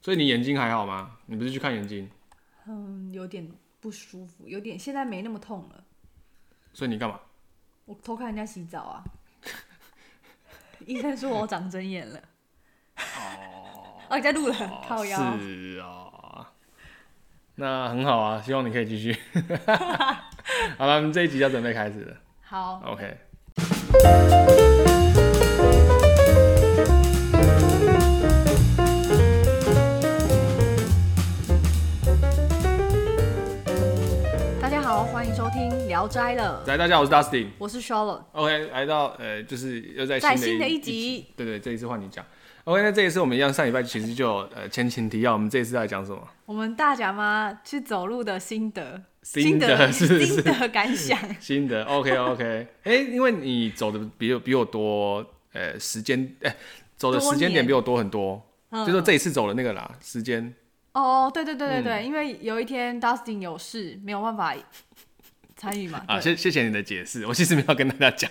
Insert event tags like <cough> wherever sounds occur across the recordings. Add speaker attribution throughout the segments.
Speaker 1: 所以你眼睛还好吗？你不是去看眼睛，
Speaker 2: 嗯，有点不舒服，有点现在没那么痛了。
Speaker 1: 所以你干嘛？
Speaker 2: 我偷看人家洗澡啊，医生说我长针眼了。哦，啊，你在录了，靠腰。
Speaker 1: 是啊，那很好啊，希望你可以继续。 <laughs> 好了，我们这一集要准备开始了。
Speaker 2: 好，
Speaker 1: OK。
Speaker 2: 大家好，欢迎收听《聊斋》了，
Speaker 1: 来，大家好，我是 Dustin。
Speaker 2: 我是 Charlotte。
Speaker 1: OK，来到呃，就是又在
Speaker 2: 在
Speaker 1: 新
Speaker 2: 新
Speaker 1: 的
Speaker 2: 的
Speaker 1: 一
Speaker 2: 一集，
Speaker 1: 对对，这一次换你讲。OK，那这一次我们一样，上礼拜其实就有呃前情提要，我们这一次要讲什么？
Speaker 2: 我们大甲妈去走路的心得，
Speaker 1: 心得是不是
Speaker 2: 心得感想。
Speaker 1: 新的 OK OK，哎、 <laughs> 因为你走的比我比我多，呃，时间哎、走的
Speaker 2: 多
Speaker 1: 时间点
Speaker 2: 年
Speaker 1: 比我多很多，
Speaker 2: 嗯
Speaker 1: 就说这一次走的那个啦，时间
Speaker 2: 哦，对对对对
Speaker 1: 嗯
Speaker 2: 对，因为有一天 Dustin 有事，没有办法参与嘛。
Speaker 1: 啊，
Speaker 2: 对
Speaker 1: 谢谢谢你的解释， <laughs> 我其实没有跟大家讲，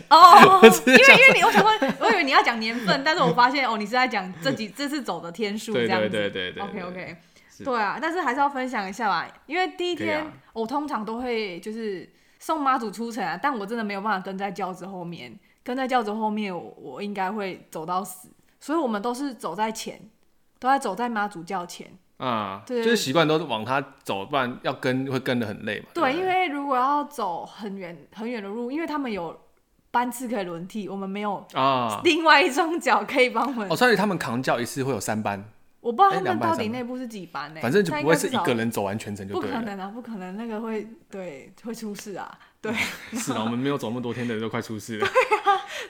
Speaker 1: <laughs>
Speaker 2: 哦，
Speaker 1: 我只是
Speaker 2: 因为因为你，我想说，我以为你要讲年份，但是我发现哦，你是在
Speaker 1: <laughs>
Speaker 2: 讲这几这次走的天数
Speaker 1: 对
Speaker 2: 这样子。
Speaker 1: 对对对对
Speaker 2: OK
Speaker 1: 对
Speaker 2: OK，
Speaker 1: 是
Speaker 2: 对啊，但是还是要分享一下吧，因为第一
Speaker 1: 可以啊
Speaker 2: 天、我通常都会就是送妈祖出城啊，但我真的没有办法跟在轿子后面，跟在轿子后面我我应该会走到死，所以我们都是走在前，都在走在妈祖轿前。
Speaker 1: 啊，
Speaker 2: 对
Speaker 1: 就是习惯都是往他走，不然要跟会跟的很累嘛。
Speaker 2: 对，
Speaker 1: 不
Speaker 2: 因为如果要走很远很远的路，因为他们有班次可以轮替，我们没有
Speaker 1: 啊，
Speaker 2: 另外一双脚可以帮我们。
Speaker 1: 哦，所以他们扛教一次会有三班，
Speaker 2: 我不知道他
Speaker 1: 哎两
Speaker 2: 们
Speaker 1: 班
Speaker 2: 到底
Speaker 1: 三班
Speaker 2: 内部是几班呢、
Speaker 1: 反正就
Speaker 2: 但
Speaker 1: 不会
Speaker 2: 应该
Speaker 1: 是一
Speaker 2: 至少
Speaker 1: 个人走完全程就
Speaker 2: 不
Speaker 1: 对
Speaker 2: 可
Speaker 1: 了。
Speaker 2: 能啊，不可能，那个会对会出事啊。 <laughs> 对，
Speaker 1: <laughs> 是啊，我们没有走那么多天的都快出事了。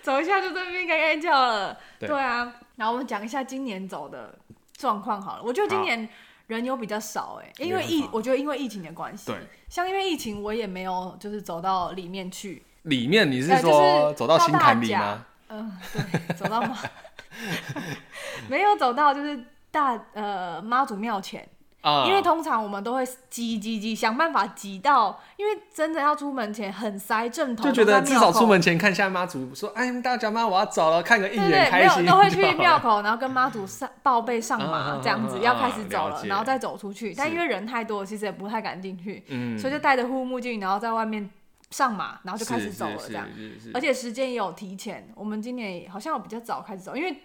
Speaker 2: 走一下就这边该该叫了。
Speaker 1: 对
Speaker 2: 啊，然后我们讲一下今年走的状况好了。我觉得今
Speaker 1: 好
Speaker 2: 年人有比较少哎、
Speaker 1: 人
Speaker 2: 因为
Speaker 1: 很
Speaker 2: 疫
Speaker 1: 少，
Speaker 2: 我觉得因为疫情的关系，
Speaker 1: 对，
Speaker 2: 像因为疫情，我也没有就是走到里面去，
Speaker 1: <laughs> 里面你是
Speaker 2: 呃就
Speaker 1: 说
Speaker 2: 是
Speaker 1: 走到
Speaker 2: 到
Speaker 1: 新
Speaker 2: 大
Speaker 1: 潭里
Speaker 2: 甲
Speaker 1: 吗？
Speaker 2: 嗯，对，走到妈， <laughs> 没有走到就是大呃妈祖庙前，
Speaker 1: 啊，
Speaker 2: 因为通常我们都会挤挤挤，想办法挤到，因为真的要出门前很塞，正头
Speaker 1: 就
Speaker 2: 都
Speaker 1: 觉
Speaker 2: 在
Speaker 1: 得
Speaker 2: 庙
Speaker 1: 至少
Speaker 2: 口
Speaker 1: 出。门前看一下妈祖，说哎，大家妈我要走了，看个一
Speaker 2: 对对
Speaker 1: 眼
Speaker 2: 对，没
Speaker 1: 开心
Speaker 2: 有
Speaker 1: 就
Speaker 2: 都
Speaker 1: 好
Speaker 2: 会
Speaker 1: 了。
Speaker 2: 去庙口，然后跟妈祖上报备上
Speaker 1: 啊
Speaker 2: 马这样子，
Speaker 1: 啊
Speaker 2: 要开始走
Speaker 1: 了
Speaker 2: 了，
Speaker 1: 解
Speaker 2: 然后再走出去。但因为人太多，其实也不太敢进去，
Speaker 1: 嗯，
Speaker 2: 所以就戴着护目镜，然后在外面上马，然后就开始
Speaker 1: 是
Speaker 2: 走了
Speaker 1: 是
Speaker 2: 这样。
Speaker 1: 是是
Speaker 2: 而且时间也有提前，我们今年好像有比较早开始走，因为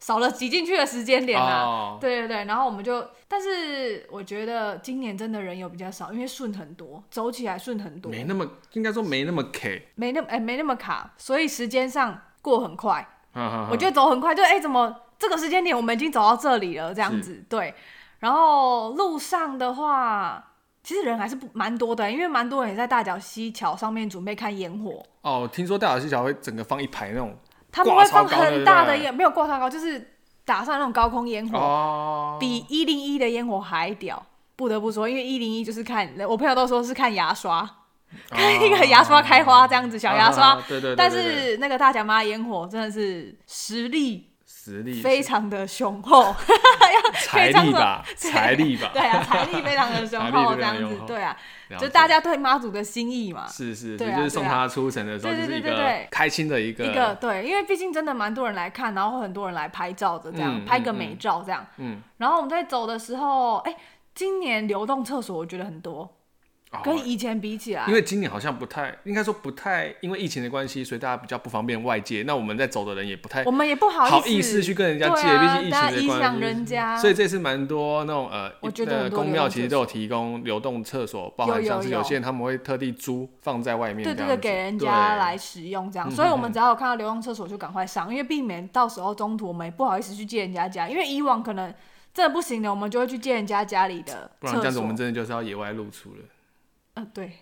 Speaker 2: 少了挤进去的时间点啊。
Speaker 1: 哦
Speaker 2: 对对对，然后我们就，但是我觉得今年真的人有比较少，因为顺很多，走起来顺很多，
Speaker 1: 没那么应该说没那么 K，
Speaker 2: 没那么哎没那么卡，所以时间上过很快。
Speaker 1: 我
Speaker 2: 我觉得走很快，就哎、怎么这个时间点我们已经走到这里了这样子，对。然后路上的话，其实人还是不蛮多的，因为蛮多人也在大角溪桥上面准备看烟火。
Speaker 1: 哦，听说大小西桥会整个放一排那种
Speaker 2: 他们会放
Speaker 1: 挂超高对
Speaker 2: 很
Speaker 1: 不
Speaker 2: 大的
Speaker 1: 对
Speaker 2: 烟，没有挂超高，就是打上那种高空烟火，
Speaker 1: 哦，
Speaker 2: 比一零一的烟火还屌。不得不说，因为一零一就是看，我朋友都说是看牙
Speaker 1: 哦
Speaker 2: 刷， <laughs> 看一个牙刷开花这样子，小牙刷。
Speaker 1: 啊，对对对对对，
Speaker 2: 但是那个大甲妈烟火真的是实力
Speaker 1: 实力
Speaker 2: 非常的雄厚， <laughs>
Speaker 1: 财
Speaker 2: 这样
Speaker 1: 力
Speaker 2: 说
Speaker 1: 吧， <laughs> 财力吧，
Speaker 2: 对啊，财力非常的雄
Speaker 1: 财力
Speaker 2: 厚
Speaker 1: 非
Speaker 2: 这
Speaker 1: 常
Speaker 2: 样
Speaker 1: 雄
Speaker 2: 子
Speaker 1: 厚，
Speaker 2: 对啊，
Speaker 1: 了
Speaker 2: 就
Speaker 1: 解
Speaker 2: 大家对妈祖的心意嘛，
Speaker 1: 是是，
Speaker 2: 对
Speaker 1: 是
Speaker 2: 啊
Speaker 1: 就是送
Speaker 2: 对啊
Speaker 1: 他出城的时候，就
Speaker 2: 对对
Speaker 1: 是一
Speaker 2: 对对
Speaker 1: 个
Speaker 2: 对
Speaker 1: 开心的一
Speaker 2: 一个对，因为毕竟真的蛮多人来看，然后很多人来拍照的，这样、
Speaker 1: 嗯
Speaker 2: 拍个
Speaker 1: 嗯
Speaker 2: 美照这样。
Speaker 1: 嗯，
Speaker 2: 然后我们在走的时候，哎、今年流动厕所我觉得很多，
Speaker 1: 哦
Speaker 2: 跟以前比起来
Speaker 1: 因，为今年好像不太，应该说不太，因为疫情的关系，所以大家比较不方便外界。那我们在走的人也不太
Speaker 2: 我们也不好
Speaker 1: 哎好
Speaker 2: 思
Speaker 1: 意思去跟人家
Speaker 2: 对
Speaker 1: 借，
Speaker 2: 啊，
Speaker 1: 毕竟疫
Speaker 2: 大家
Speaker 1: 情
Speaker 2: 影
Speaker 1: 的关
Speaker 2: 响
Speaker 1: 系。
Speaker 2: 人家，
Speaker 1: 所以这次蛮多那种呃，
Speaker 2: 啊我觉得
Speaker 1: 呃
Speaker 2: 很多
Speaker 1: 公
Speaker 2: 流
Speaker 1: 庙
Speaker 2: 动
Speaker 1: 其实
Speaker 2: 厕
Speaker 1: 都有提供流动厕所，包含
Speaker 2: 有
Speaker 1: 像
Speaker 2: 有
Speaker 1: 是有
Speaker 2: 有
Speaker 1: 些人他们会特地租放在外面这样
Speaker 2: 对
Speaker 1: 子，嗯
Speaker 2: 对对，给人家来使用这样。所以我们只要有看到流动厕所就赶快上，因为避免到时候中途我们也不好意思去借人家家，因为以往可能真的不行的，我们就会去借人家家里的
Speaker 1: 对，不然这
Speaker 2: 厕
Speaker 1: 样子我
Speaker 2: 所
Speaker 1: 们。真的就是要野外露出了。 <laughs>
Speaker 2: 嗯，对。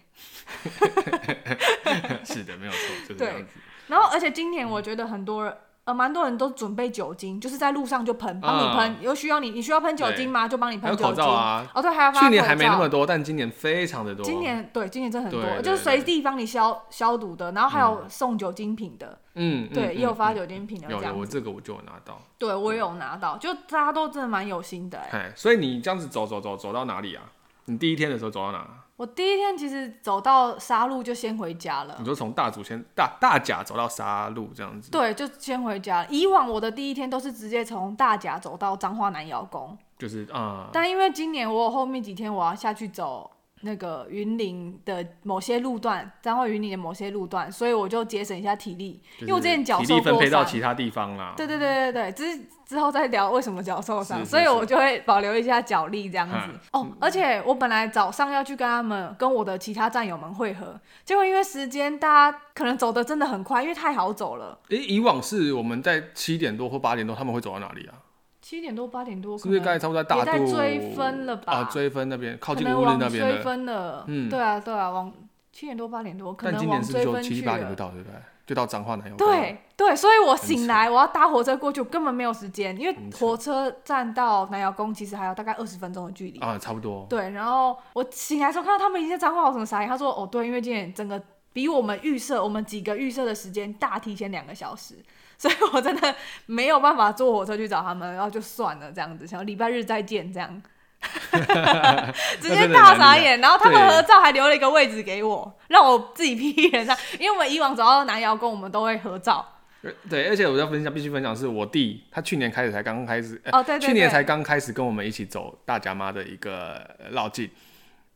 Speaker 1: 是的，没有错，就是这
Speaker 2: 对
Speaker 1: 样子。
Speaker 2: 然后，而且今年我觉得很
Speaker 1: 嗯
Speaker 2: 多人，呃，蛮多人都准备酒精，就是在路上就喷，帮你喷。有需要你，你需要喷酒精吗？就帮你
Speaker 1: 啊还
Speaker 2: 喷
Speaker 1: 有
Speaker 2: 酒
Speaker 1: 口
Speaker 2: 精。
Speaker 1: 罩啊，
Speaker 2: 哦，对，还要发
Speaker 1: 去年还没那
Speaker 2: 口
Speaker 1: 么
Speaker 2: 罩。
Speaker 1: 多，但今年非常的多。
Speaker 2: 今年对，今年真的很多，
Speaker 1: 对对
Speaker 2: 就是随地帮你消消毒的，然后还有送酒精品的，
Speaker 1: 嗯，嗯
Speaker 2: 对，
Speaker 1: 嗯
Speaker 2: 也有发
Speaker 1: 嗯
Speaker 2: 酒精品的这
Speaker 1: 有有，
Speaker 2: 样
Speaker 1: 我
Speaker 2: 子。
Speaker 1: 这个我就有拿到。
Speaker 2: 对，我也有拿到，就大家都真的蛮有心的、欸。
Speaker 1: 哎，所以你这样子走走走走到哪里啊？你第一天的时候走到哪？
Speaker 2: 我第一天其实走到沙路就先回家了
Speaker 1: 你，说从大祖先大大甲走到沙路这样子，
Speaker 2: 对，就先回家了。以往我的第一天都是直接从大甲走到彰化南窑宫，
Speaker 1: 就是啊、
Speaker 2: 但因为今年我有后面几天我要下去走那个云林的某些路段，彰化云林的某些路段，所以我就节省一下体力，
Speaker 1: 就
Speaker 2: 因为我之前
Speaker 1: 是
Speaker 2: 脚
Speaker 1: 体
Speaker 2: 受
Speaker 1: 力分
Speaker 2: 过
Speaker 1: 配到
Speaker 2: 伤。
Speaker 1: 其他地方啦。
Speaker 2: 对对对对对，之之后再聊为什么脚受伤，
Speaker 1: 是是
Speaker 2: 所以
Speaker 1: 是
Speaker 2: 我就会保留一下脚力这样子
Speaker 1: 嗯。
Speaker 2: 哦，而且我本来早上要去跟他们跟我的其他战友们会合，结果因为时间大家可能走的真的很快，因为太好走了，
Speaker 1: 诶，以往是我们在七点多或八点多，他们会走到哪里啊？
Speaker 2: 七点多八点多，
Speaker 1: 是不是
Speaker 2: 可
Speaker 1: 刚才
Speaker 2: 能
Speaker 1: 差不多在大
Speaker 2: 也在
Speaker 1: 肚
Speaker 2: 追分了吧
Speaker 1: 啊，追分那边靠
Speaker 2: 可
Speaker 1: 近
Speaker 2: 能
Speaker 1: 乌日
Speaker 2: 往
Speaker 1: 那边
Speaker 2: 追
Speaker 1: 的。
Speaker 2: 分了，
Speaker 1: 嗯
Speaker 2: 对啊对啊，往七点多八点多，可
Speaker 1: 但
Speaker 2: 能
Speaker 1: 今
Speaker 2: 往
Speaker 1: 年是不
Speaker 2: 追
Speaker 1: 是就
Speaker 2: 分
Speaker 1: 七
Speaker 2: 去
Speaker 1: 八点
Speaker 2: 了
Speaker 1: 就。到，对不对？就到彰化南油。
Speaker 2: 对对，所以我
Speaker 1: 扯
Speaker 2: 醒来，我要搭火车过去，我根本没有时间，因为
Speaker 1: 很扯
Speaker 2: 火车站到南窑宫其实还有大概二十分钟的距离。
Speaker 1: 啊，差不多。
Speaker 2: 对，然后我醒来的时候看到他们已经在彰化，我整个傻眼。他说：“哦，对，因为今年整个比我们预设，我们几个预设的时间大提前两个小时，所以我真的没有办法坐火车去找他们，然后就算了这样子，想说礼拜日再见
Speaker 1: <laughs>
Speaker 2: 这样。”直接大傻眼，然后他们
Speaker 1: 对
Speaker 2: 合照还留了一个位置给我，让我自己 P 人上，因为我们以往走到南窑宫，我们都会合照。
Speaker 1: 呃对，而且我要分享，必须分享是我弟，他去年开始才刚开始，呃
Speaker 2: 哦，对对对，
Speaker 1: 去年才刚开始跟我们一起走大甲妈的一个呃绕境，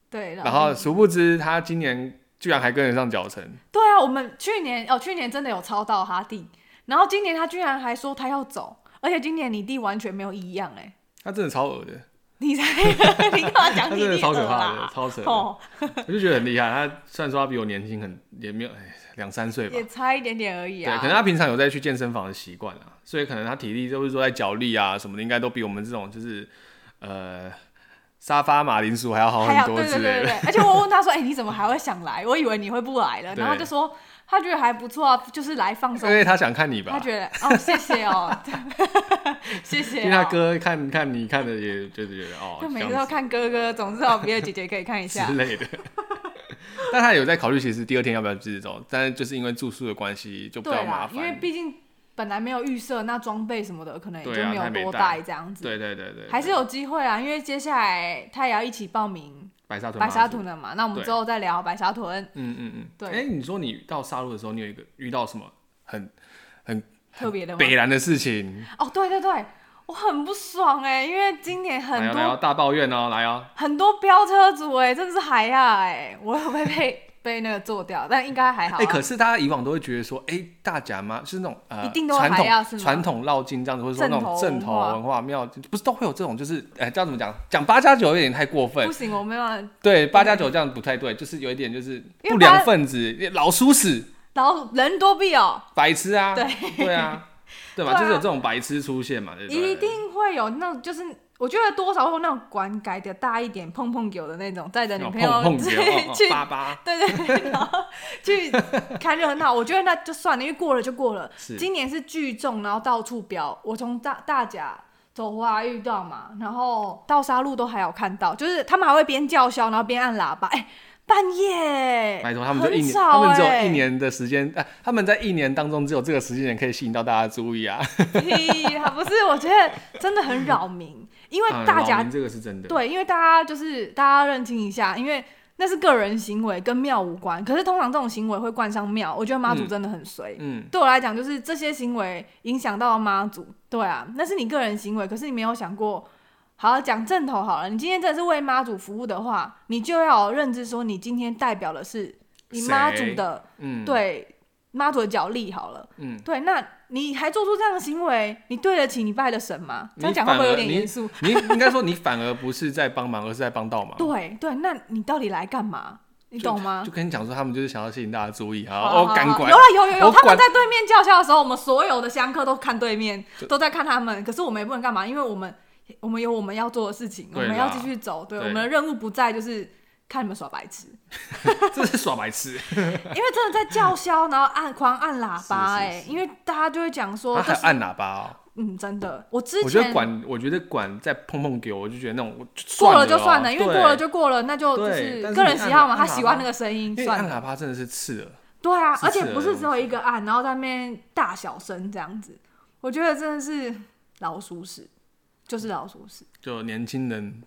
Speaker 2: 对，
Speaker 1: 然后殊不知他今年居然还跟得上脚程，
Speaker 2: 对啊，我们去年哦，去年真的有超到哈弟，然后今年他居然还说他要走，而且今年你弟完全没有异样哎、
Speaker 1: 他真的超恶的，
Speaker 2: 你才 <laughs> 你干
Speaker 1: 他
Speaker 2: 嘛讲
Speaker 1: 真
Speaker 2: 你弟
Speaker 1: 的超可
Speaker 2: 恶
Speaker 1: 怕的
Speaker 2: 啦，？
Speaker 1: 超扯的，
Speaker 2: 哦，
Speaker 1: 我就觉得很厉害。他虽然说他比我年轻很，也没有哎两三岁吧
Speaker 2: 也，差一点点而已
Speaker 1: 对，
Speaker 2: 啊。
Speaker 1: 可能他平常有在去健身房的习惯啊，所以可能他体力就是说在脚力啊什么的，应该都比我们这种就是呃沙发马铃薯还要好很
Speaker 2: 还有
Speaker 1: 多欸之
Speaker 2: 对对
Speaker 1: 类
Speaker 2: 对
Speaker 1: 的。
Speaker 2: 对，而且我问他说：“哎、你怎么还会想来？我以为你会不来了。”
Speaker 1: 对
Speaker 2: 然后他就说他觉得还不错啊，就是来放
Speaker 1: <laughs> 因
Speaker 2: 松。
Speaker 1: 为他想看你吧
Speaker 2: 他，觉得哦，谢谢哦， <laughs> 谢谢、
Speaker 1: 因
Speaker 2: 哦。
Speaker 1: 为他哥看看你看的也就是觉得哦，
Speaker 2: 就每
Speaker 1: 这
Speaker 2: 次
Speaker 1: 样
Speaker 2: 都
Speaker 1: 子
Speaker 2: 看哥哥，总是有别的姐姐可以看一下
Speaker 1: 之。类的。 <laughs> 但他有在考虑，其实第二天要不要继续走，但是就是因为住宿的关系就比
Speaker 2: 对
Speaker 1: 较麻
Speaker 2: 啦，因为
Speaker 1: 烦。
Speaker 2: 毕竟本来没有预设，那装备什么的可能也
Speaker 1: 对
Speaker 2: 就
Speaker 1: 啊
Speaker 2: 没
Speaker 1: 他
Speaker 2: 有
Speaker 1: 没
Speaker 2: 多
Speaker 1: 带
Speaker 2: 带这样子，
Speaker 1: 对对对对，
Speaker 2: 还是有机会啊。因为接下来他也要一起报名
Speaker 1: 白沙屯
Speaker 2: 白
Speaker 1: 马
Speaker 2: 沙
Speaker 1: 术
Speaker 2: 屯了嘛，那我们
Speaker 1: 对
Speaker 2: 之后再聊白沙屯
Speaker 1: 嗯嗯嗯，
Speaker 2: 对
Speaker 1: 哎、你说你到沙鹿的时候，你有一个遇到什么很
Speaker 2: 特别的吗？
Speaker 1: 北然的事情？
Speaker 2: 哦，对对对，我很不爽哎、因为今
Speaker 1: 来
Speaker 2: 年很
Speaker 1: 哦来哦，
Speaker 2: 多
Speaker 1: 大抱怨哦，来哦，
Speaker 2: 很多飙车族哎、真的是海亚哎、我有被被 <laughs> 被那个做掉，但应该还好
Speaker 1: 哎、
Speaker 2: 啊、
Speaker 1: 可是大家以往都会觉得说，哎、大甲妈就是那种呃
Speaker 2: 一定都
Speaker 1: 传
Speaker 2: 还要是
Speaker 1: 统
Speaker 2: 吗
Speaker 1: 传统绕境这样子，或者说那种
Speaker 2: 正
Speaker 1: 正
Speaker 2: 头
Speaker 1: 头
Speaker 2: 文化
Speaker 1: 文化庙，不是都会有这种就是哎、这样怎么讲？讲八加九有点太过分
Speaker 2: 不，行，我没有办法
Speaker 1: 对，八加九这样不太对，就是有一点就是
Speaker 2: 因为
Speaker 1: 不良
Speaker 2: 八
Speaker 1: 分子、老鼠屎、
Speaker 2: 然后人多必有，
Speaker 1: 白痴啊，
Speaker 2: 对
Speaker 1: 对啊，对吧？
Speaker 2: 对啊
Speaker 1: 就是有这种白痴出现嘛，对不对？
Speaker 2: 一定会有那种，就是我觉得多少会有那种管改的大一点碰碰狗的那种，带着
Speaker 1: 那
Speaker 2: 女
Speaker 1: 种
Speaker 2: 朋
Speaker 1: 碰
Speaker 2: 友
Speaker 1: 碰
Speaker 2: 去
Speaker 1: 球哦
Speaker 2: 去
Speaker 1: 哦八八
Speaker 2: 对对对，然后去看热闹，我觉得那就算了，因为过了就过了。
Speaker 1: 是
Speaker 2: 今年是聚众，然后到处飙。我从大大甲走回来遇到嘛，然后到沙路都还有看到，就是他们还会边叫嚣，然后边按喇叭。哎、半夜，
Speaker 1: 拜托，他们就一
Speaker 2: 很
Speaker 1: 年，
Speaker 2: 少
Speaker 1: 他们只有
Speaker 2: 哎
Speaker 1: 一年的时间，哎、他们在一年当中只有这个时间点可以吸引到大家注意啊。
Speaker 2: <laughs> 屁啊，不是，我觉得真的很扰民，因为大
Speaker 1: <laughs> 啊
Speaker 2: 甲
Speaker 1: 扰民这个是真的，
Speaker 2: 对，因为大家就是大家认清一下，因为那是个人行为，跟庙无关。可是通常这种行为会冠上庙，我觉得妈祖
Speaker 1: 嗯
Speaker 2: 真的很衰。
Speaker 1: 嗯，
Speaker 2: 对我来讲，就是这些行为影响到妈祖，对啊，那是你个人行为，可是你没有想过。好，讲正头好了。你今天真的是为妈祖服务的话，你就要有认知说，你今天代表的是你妈祖
Speaker 1: 谁
Speaker 2: 的
Speaker 1: 嗯，，
Speaker 2: 对妈祖的角力好了。
Speaker 1: 嗯，
Speaker 2: 对，那你还做出这样的行为，你对得起你拜的神吗？这样
Speaker 1: 你
Speaker 2: 讲会不
Speaker 1: 反
Speaker 2: 会
Speaker 1: 而
Speaker 2: 有点
Speaker 1: 你
Speaker 2: 严肃？
Speaker 1: 你应该说你反而不是在帮忙，而是在帮倒忙。
Speaker 2: 对对，那你到底来干嘛？你懂吗
Speaker 1: 哦就？跟你讲说，他们就是想要吸引大家注意啊！
Speaker 2: 好
Speaker 1: 哦
Speaker 2: 好，
Speaker 1: 干
Speaker 2: 好
Speaker 1: 管
Speaker 2: 有，啦有有有，
Speaker 1: 我
Speaker 2: 他
Speaker 1: 管
Speaker 2: 们在对面叫嚣的时候，我们所有的香客都看对面
Speaker 1: 对，
Speaker 2: 都在看他们。可是我们也不能干嘛，因为我们我们有我们要做的事情，我
Speaker 1: 对
Speaker 2: 们要
Speaker 1: 啦
Speaker 2: 继续走。对，我
Speaker 1: 对
Speaker 2: 们的任务不在就是看你们耍
Speaker 1: <laughs>
Speaker 2: 白痴，
Speaker 1: 这是耍白痴。
Speaker 2: 因为真的在叫嚣，然后按狂按喇叭，
Speaker 1: 是是
Speaker 2: 哎，因为大家就会讲说
Speaker 1: 他
Speaker 2: 这
Speaker 1: 还
Speaker 2: 是
Speaker 1: 按喇叭哦，
Speaker 2: 嗯，真的，我之
Speaker 1: 我觉
Speaker 2: 前
Speaker 1: 得管，我觉得管在碰碰给我，我就觉得那种我
Speaker 2: 过
Speaker 1: 了
Speaker 2: 了
Speaker 1: 哦
Speaker 2: 就算了，因为
Speaker 1: 对
Speaker 2: 过了就过了，那就就
Speaker 1: 对
Speaker 2: 是
Speaker 1: 但是
Speaker 2: 个
Speaker 1: 你
Speaker 2: 人喜
Speaker 1: 按
Speaker 2: 好
Speaker 1: 喇
Speaker 2: 嘛，他
Speaker 1: 按
Speaker 2: 喜
Speaker 1: 喇
Speaker 2: 欢
Speaker 1: 叭
Speaker 2: 那个声音
Speaker 1: 因，为
Speaker 2: 算
Speaker 1: 按
Speaker 2: 了。
Speaker 1: 喇叭真的是刺耳。
Speaker 2: 对啊，
Speaker 1: 是
Speaker 2: 而且
Speaker 1: 刺耳
Speaker 2: 不
Speaker 1: 的
Speaker 2: 是
Speaker 1: 东
Speaker 2: 只有一个按，然后在那边大小声这样子，我觉得真的是老鼠屎，就是老鼠屎，
Speaker 1: 就年轻人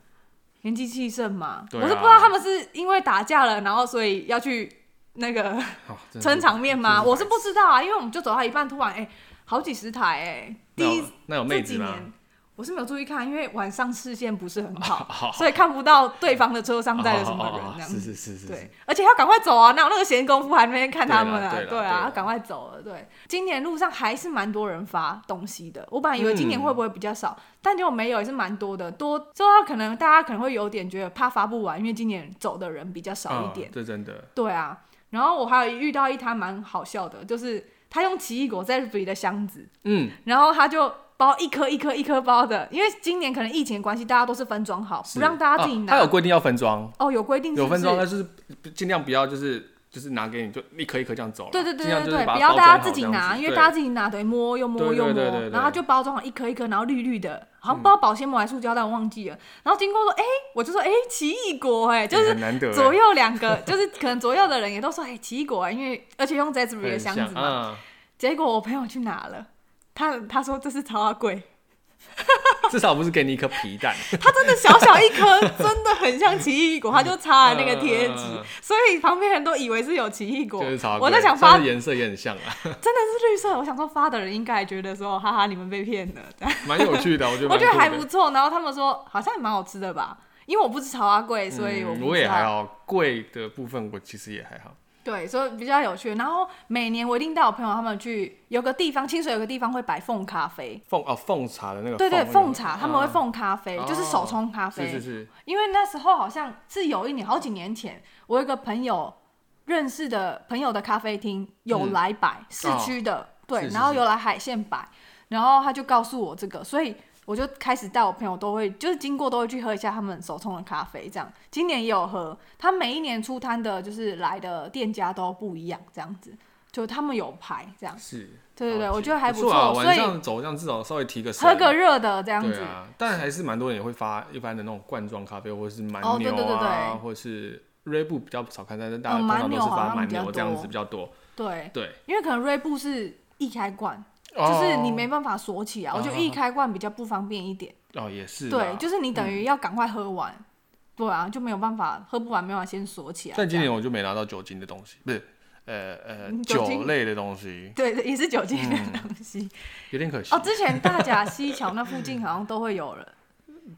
Speaker 2: 年纪气盛嘛。
Speaker 1: 对啊
Speaker 2: 我是不知道他们是因为打架了，然后所以要去那个
Speaker 1: 哦，真的是
Speaker 2: 撑场面吗？
Speaker 1: 真的
Speaker 2: 我是不知道啊，因为我们就走到一半，突然哎、好几十台哎、第
Speaker 1: 那
Speaker 2: 一
Speaker 1: 有那有
Speaker 2: 这
Speaker 1: 妹
Speaker 2: 几
Speaker 1: 子吗？
Speaker 2: 年。我是没有注意看，因为晚上视线不是很
Speaker 1: <laughs>
Speaker 2: 好，
Speaker 1: 好
Speaker 2: 所以看不到对方的车上载了什么
Speaker 1: 哦
Speaker 2: 人
Speaker 1: 哦哦
Speaker 2: 这样
Speaker 1: 是
Speaker 2: 子。
Speaker 1: 是是是，
Speaker 2: 对，而且要赶快走啊！哪有那个闲工夫还没看他们
Speaker 1: 对啦对
Speaker 2: 啊？
Speaker 1: 啦
Speaker 2: 对
Speaker 1: 对啦
Speaker 2: 啊，要赶快走了。对，今年路上还是蛮多人发东西的。我本来以为今年
Speaker 1: 嗯
Speaker 2: 会不会比较少，但结果没有，也是蛮多的。多之后可能大家可能会有点觉得怕发不完，因为今年走的人比较少一
Speaker 1: 嗯
Speaker 2: 点。
Speaker 1: 这真的
Speaker 2: 对啊，然后我还有遇到一摊蛮好笑的，就是他用奇异果 Zephyr 的箱子，
Speaker 1: 嗯
Speaker 2: 然后他就包一颗一颗一颗包的，因为今年可能疫情的关系，大家都是分装好，
Speaker 1: 是
Speaker 2: 不让大家自己
Speaker 1: 啊
Speaker 2: 拿。
Speaker 1: 他有规定要分装，
Speaker 2: 哦，有规定是
Speaker 1: 有
Speaker 2: 不
Speaker 1: 分
Speaker 2: 是
Speaker 1: 装，但是尽量不要就是就是拿给你就一颗一颗这样走啦，
Speaker 2: 对对对
Speaker 1: 尽量
Speaker 2: 对
Speaker 1: 就
Speaker 2: 对
Speaker 1: 是
Speaker 2: 对，
Speaker 1: 把
Speaker 2: 不
Speaker 1: 它
Speaker 2: 要
Speaker 1: 包
Speaker 2: 大
Speaker 1: 装
Speaker 2: 家
Speaker 1: 好
Speaker 2: 自己
Speaker 1: 这样子
Speaker 2: 拿，因为
Speaker 1: 对
Speaker 2: 大家自己拿等于摸又摸
Speaker 1: 对
Speaker 2: 又
Speaker 1: 对对嗯
Speaker 2: 摸
Speaker 1: 对，对
Speaker 2: 然后它就包装好一颗一颗，然后绿绿的，好像包保鲜膜还是塑胶袋，我忘记了。然后经过说，哎，我就说，哎，奇异果，哎，就
Speaker 1: 也
Speaker 2: 是
Speaker 1: 很难得欸
Speaker 2: 左右两个，就是可能左右的人也都说，哎，奇异果，哎，因为而且用 Zephyr 的
Speaker 1: 很
Speaker 2: 箱
Speaker 1: 像
Speaker 2: 子嘛。
Speaker 1: 啊，
Speaker 2: 结果我朋友去拿了，他他说这是超阿贵，
Speaker 1: 至少不是给你一颗皮蛋，
Speaker 2: 它真的小小一颗，真的很像奇异果，它就插了那个贴纸
Speaker 1: 嗯嗯嗯嗯，
Speaker 2: 所以旁边人都以为是有奇异果
Speaker 1: 就是草。
Speaker 2: 我在想
Speaker 1: 它
Speaker 2: 发
Speaker 1: 的颜色也很像啊， <laughs>
Speaker 2: 真的是绿色，我想说发的人应该也觉得说，哈哈，你们被骗了。
Speaker 1: 蛮有趣的，我觉得
Speaker 2: 我
Speaker 1: 蛮
Speaker 2: 觉得
Speaker 1: 酷
Speaker 2: 还
Speaker 1: 的
Speaker 2: 不错，然后他们说好像也蛮好吃的吧，因为我不吃草阿贵，所欸以我
Speaker 1: 嗯
Speaker 2: 不
Speaker 1: 我
Speaker 2: 知
Speaker 1: 也
Speaker 2: 道
Speaker 1: 还好，贵的部分我其实也还好。
Speaker 2: 对，所以比较有趣。然后每年我一定带我朋友他们去，有个地方清水有个地方会摆凤咖啡，
Speaker 1: 凤哦，凤茶的那个
Speaker 2: 对对，
Speaker 1: 那个
Speaker 2: 凤茶他们会
Speaker 1: 嗯
Speaker 2: 凤咖啡，就是手冲咖啡。
Speaker 1: 哦是是是，
Speaker 2: 因为那时候好像是有一年，好几年前，我有一个朋友认识的朋友的咖啡厅有来摆、市区的，
Speaker 1: 嗯
Speaker 2: 对，
Speaker 1: 哦是是
Speaker 2: 然后
Speaker 1: 是
Speaker 2: 有来海鲜摆，然后他就告诉我这个，所以我就开始带我朋友都会，就是经过都会去喝一下他们手冲的咖啡，这样。今年也有喝，他每一年出摊的，就是来的店家都不一样，这样子，就他们有排这样，
Speaker 1: 是，
Speaker 2: 对对对，
Speaker 1: 了解
Speaker 2: 我觉得还
Speaker 1: 不
Speaker 2: 错，
Speaker 1: 啊。
Speaker 2: 所
Speaker 1: 晚
Speaker 2: 以
Speaker 1: 上走这样至少稍微提个神
Speaker 2: 喝个热的这样
Speaker 1: 对
Speaker 2: 子，
Speaker 1: 啊，但还是蛮多人也会发一般的那种罐装咖啡，或者是蛮牛啊，
Speaker 2: 哦对对对对
Speaker 1: 或者是 r e b 比较少看，但是大家
Speaker 2: 嗯
Speaker 1: 通常
Speaker 2: 蛮
Speaker 1: 都
Speaker 2: 牛
Speaker 1: 是
Speaker 2: 好
Speaker 1: 发
Speaker 2: 像
Speaker 1: 蛮
Speaker 2: 比较
Speaker 1: 牛这样
Speaker 2: 多
Speaker 1: 子比较多。
Speaker 2: 对，
Speaker 1: 对，
Speaker 2: 因为可能瑞布是一开罐。就
Speaker 1: 哦
Speaker 2: 是你没办法锁起啊，我觉得一开罐比较不方便一点。
Speaker 1: 哦也是
Speaker 2: 对，
Speaker 1: 啦嗯
Speaker 2: 就是你等于要赶快喝完，对啊，就没有办法喝不完，没有办法先锁起来。
Speaker 1: 但今年我就没拿到酒精的东西，不是。呃呃，
Speaker 2: 嗯酒精
Speaker 1: 酒类的东西
Speaker 2: 这样对，也是酒精
Speaker 1: 嗯
Speaker 2: 的东西。
Speaker 1: 有点可惜
Speaker 2: 哦，。之前大甲溪桥那附近好像都会有
Speaker 1: <laughs>
Speaker 2: 人，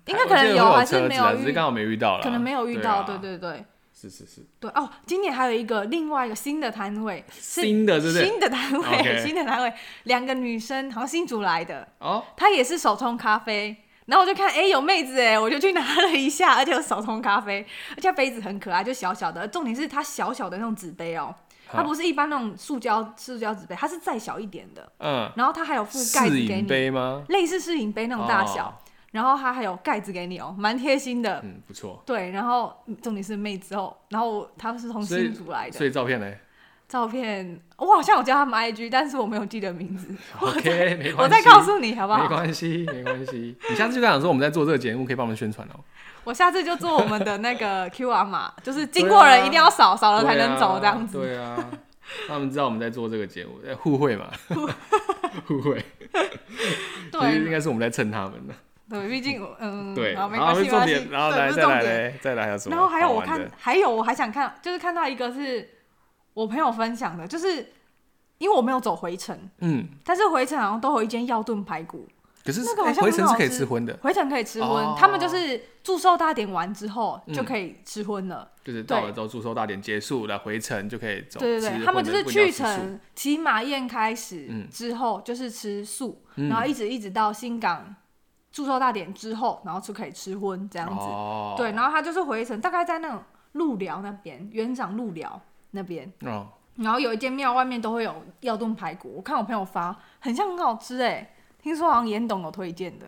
Speaker 2: 应该
Speaker 1: 我
Speaker 2: 可能
Speaker 1: 记得
Speaker 2: 有，
Speaker 1: 会
Speaker 2: 还
Speaker 1: 车
Speaker 2: 是没
Speaker 1: 子啊
Speaker 2: 有
Speaker 1: 只是
Speaker 2: 遇，
Speaker 1: 刚好没遇到啦。
Speaker 2: 可能没有遇
Speaker 1: 对
Speaker 2: 到。
Speaker 1: 啊
Speaker 2: 对，对对
Speaker 1: 是是是，
Speaker 2: 对。哦，今年还有一个另外一个新的摊位，是
Speaker 1: 新的是不是？
Speaker 2: 新的摊
Speaker 1: OK
Speaker 2: 位， <laughs> 新的摊位，两个女生好像新竹来的，
Speaker 1: 哦，
Speaker 2: 他也是手冲咖啡。然后我就看，哎、有妹子哎，我就去拿了一下，而且有手冲咖啡，而且杯子很可爱，就小小的，重点是它小小的那种纸杯哦，它
Speaker 1: 好
Speaker 2: 不是一般那种塑胶塑胶纸杯，它是再小一点的，
Speaker 1: 嗯，
Speaker 2: 然后它还有附盖
Speaker 1: 试
Speaker 2: 子给
Speaker 1: 饮
Speaker 2: 你，
Speaker 1: 杯吗？
Speaker 2: 类似是饮杯那种大小，
Speaker 1: 哦
Speaker 2: 然后它还有盖子给你哦，蛮贴心的。
Speaker 1: 嗯，不错。
Speaker 2: 对，然后嗯重点是妹子哦，然后我他们是从
Speaker 1: 所以
Speaker 2: 新竹来
Speaker 1: 所
Speaker 2: 的，
Speaker 1: 以照片呢
Speaker 2: 照片我好像有叫他们 IG，但是我没有记得名字，
Speaker 1: ？OK，没
Speaker 2: 我
Speaker 1: 关系，
Speaker 2: 再告诉你好不好
Speaker 1: 没？关系，没关系。 <laughs> 你下次就跟他讲说我们在做这个节目，可以帮我们宣传哦。
Speaker 2: 我下次就做我们的那个 <laughs> QR 码，就是
Speaker 1: 啊
Speaker 2: 经过人一定要扫，扫、了才哦能走这样子。
Speaker 1: 对啊，对啊他们知道我们在做这个节目，哎，互惠
Speaker 2: <laughs>
Speaker 1: 嘛，互惠。其实应
Speaker 2: 对
Speaker 1: 该是我们在蹭他们的。
Speaker 2: 对，毕竟我嗯，
Speaker 1: 对，
Speaker 2: 好，没
Speaker 1: 然后
Speaker 2: 关系，没
Speaker 1: 重
Speaker 2: 关
Speaker 1: 点
Speaker 2: 系，，
Speaker 1: 然后
Speaker 2: 对
Speaker 1: 来
Speaker 2: 不是
Speaker 1: 再
Speaker 2: 重
Speaker 1: 来
Speaker 2: 点
Speaker 1: 嘞，再来还有什么
Speaker 2: 然
Speaker 1: 好玩的？
Speaker 2: 后还有我看，还有我还想看，就是看到一个是我朋友分享的，就是因为我没有走回程，
Speaker 1: 嗯，
Speaker 2: 但是回程好像都有一间药炖排骨，
Speaker 1: 可是
Speaker 2: 那个好
Speaker 1: 哎
Speaker 2: 像
Speaker 1: 回
Speaker 2: 很
Speaker 1: 程是
Speaker 2: 好
Speaker 1: 可以
Speaker 2: 吃
Speaker 1: 吃荤的，
Speaker 2: 回程可以吃荤，
Speaker 1: 哦
Speaker 2: 他们就是祝寿大典完之后
Speaker 1: 嗯
Speaker 2: 就可以吃荤了。
Speaker 1: 就是到
Speaker 2: 对
Speaker 1: 了之后祝寿大典结束了，回程就可以走。
Speaker 2: 对对对，
Speaker 1: 吃
Speaker 2: 他
Speaker 1: 荤
Speaker 2: 们就
Speaker 1: 的
Speaker 2: 是
Speaker 1: 不一定要
Speaker 2: 去
Speaker 1: 吃素
Speaker 2: 程骑马宴开始、
Speaker 1: 嗯
Speaker 2: 之后就是吃素，
Speaker 1: 嗯
Speaker 2: 然后一直一直到新港祝寿大典之后，然后就可以吃荤这样子。
Speaker 1: 哦，
Speaker 2: 对，然后他就是回程，大概在那种路寮那边，园长路寮那边，
Speaker 1: 哦，
Speaker 2: 然后有一间庙外面都会有药炖排骨，我看我朋友发，很像很好吃哎、听说好像严董有推荐的。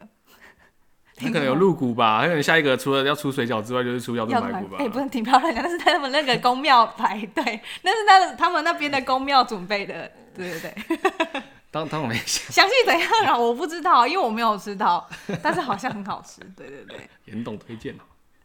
Speaker 1: 他可能有
Speaker 2: 路
Speaker 1: 入股吧，他可能下一个除了要出水饺之外，就是出腰炖
Speaker 2: 药炖
Speaker 1: 排
Speaker 2: 排
Speaker 1: 骨
Speaker 2: 骨，
Speaker 1: 吧。
Speaker 2: 哎、不是挺漂亮的，那是他们那个公庙排队，那是他他们那边的公庙准备的，对对对。
Speaker 1: 当当我没想，
Speaker 2: 详细怎样啊？我不知道，因为我没有吃到，但是好像很好吃。对对对，
Speaker 1: <laughs> 严董推荐哦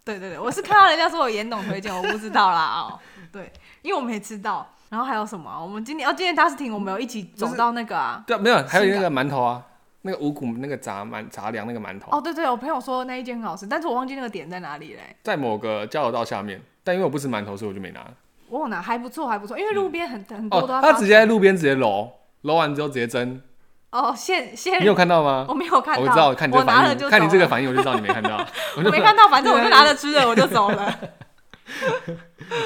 Speaker 2: 对对对，我是看到人家说我严董推荐，我不知道啦哦。对，因为我没吃到。然后还有什么啊？我们今天哦，今天大视庭我们有一起走到那个啊。
Speaker 1: 对啊，没有，还有
Speaker 2: 新
Speaker 1: 那
Speaker 2: 的
Speaker 1: 个馒头啊，那个五谷那个杂馒杂粮那个馒头，
Speaker 2: 哦，对对，我朋友说那一间很好吃，但是我忘记那个点在哪里嘞。
Speaker 1: 在某个交流道下面，但因为我不吃馒头，所以我就没拿。
Speaker 2: 我有拿，还不错，还不错，因为路边很很多
Speaker 1: 哦
Speaker 2: 都要、， <laughs>
Speaker 1: 他直接在路边直接揉，揉完之后直接蒸，
Speaker 2: 哦，现现
Speaker 1: 你有看到吗？
Speaker 2: 我没有看到，
Speaker 1: 我知道，看你这
Speaker 2: 我
Speaker 1: 个
Speaker 2: 拿了
Speaker 1: 反
Speaker 2: 就
Speaker 1: 应，
Speaker 2: 走
Speaker 1: 看你这个
Speaker 2: 了
Speaker 1: 反应，我就知道你没看
Speaker 2: <laughs>
Speaker 1: 到。我 <laughs>
Speaker 2: 我
Speaker 1: 就
Speaker 2: 没看到，反正我就拿着吃的我就走
Speaker 1: <laughs>
Speaker 2: 了。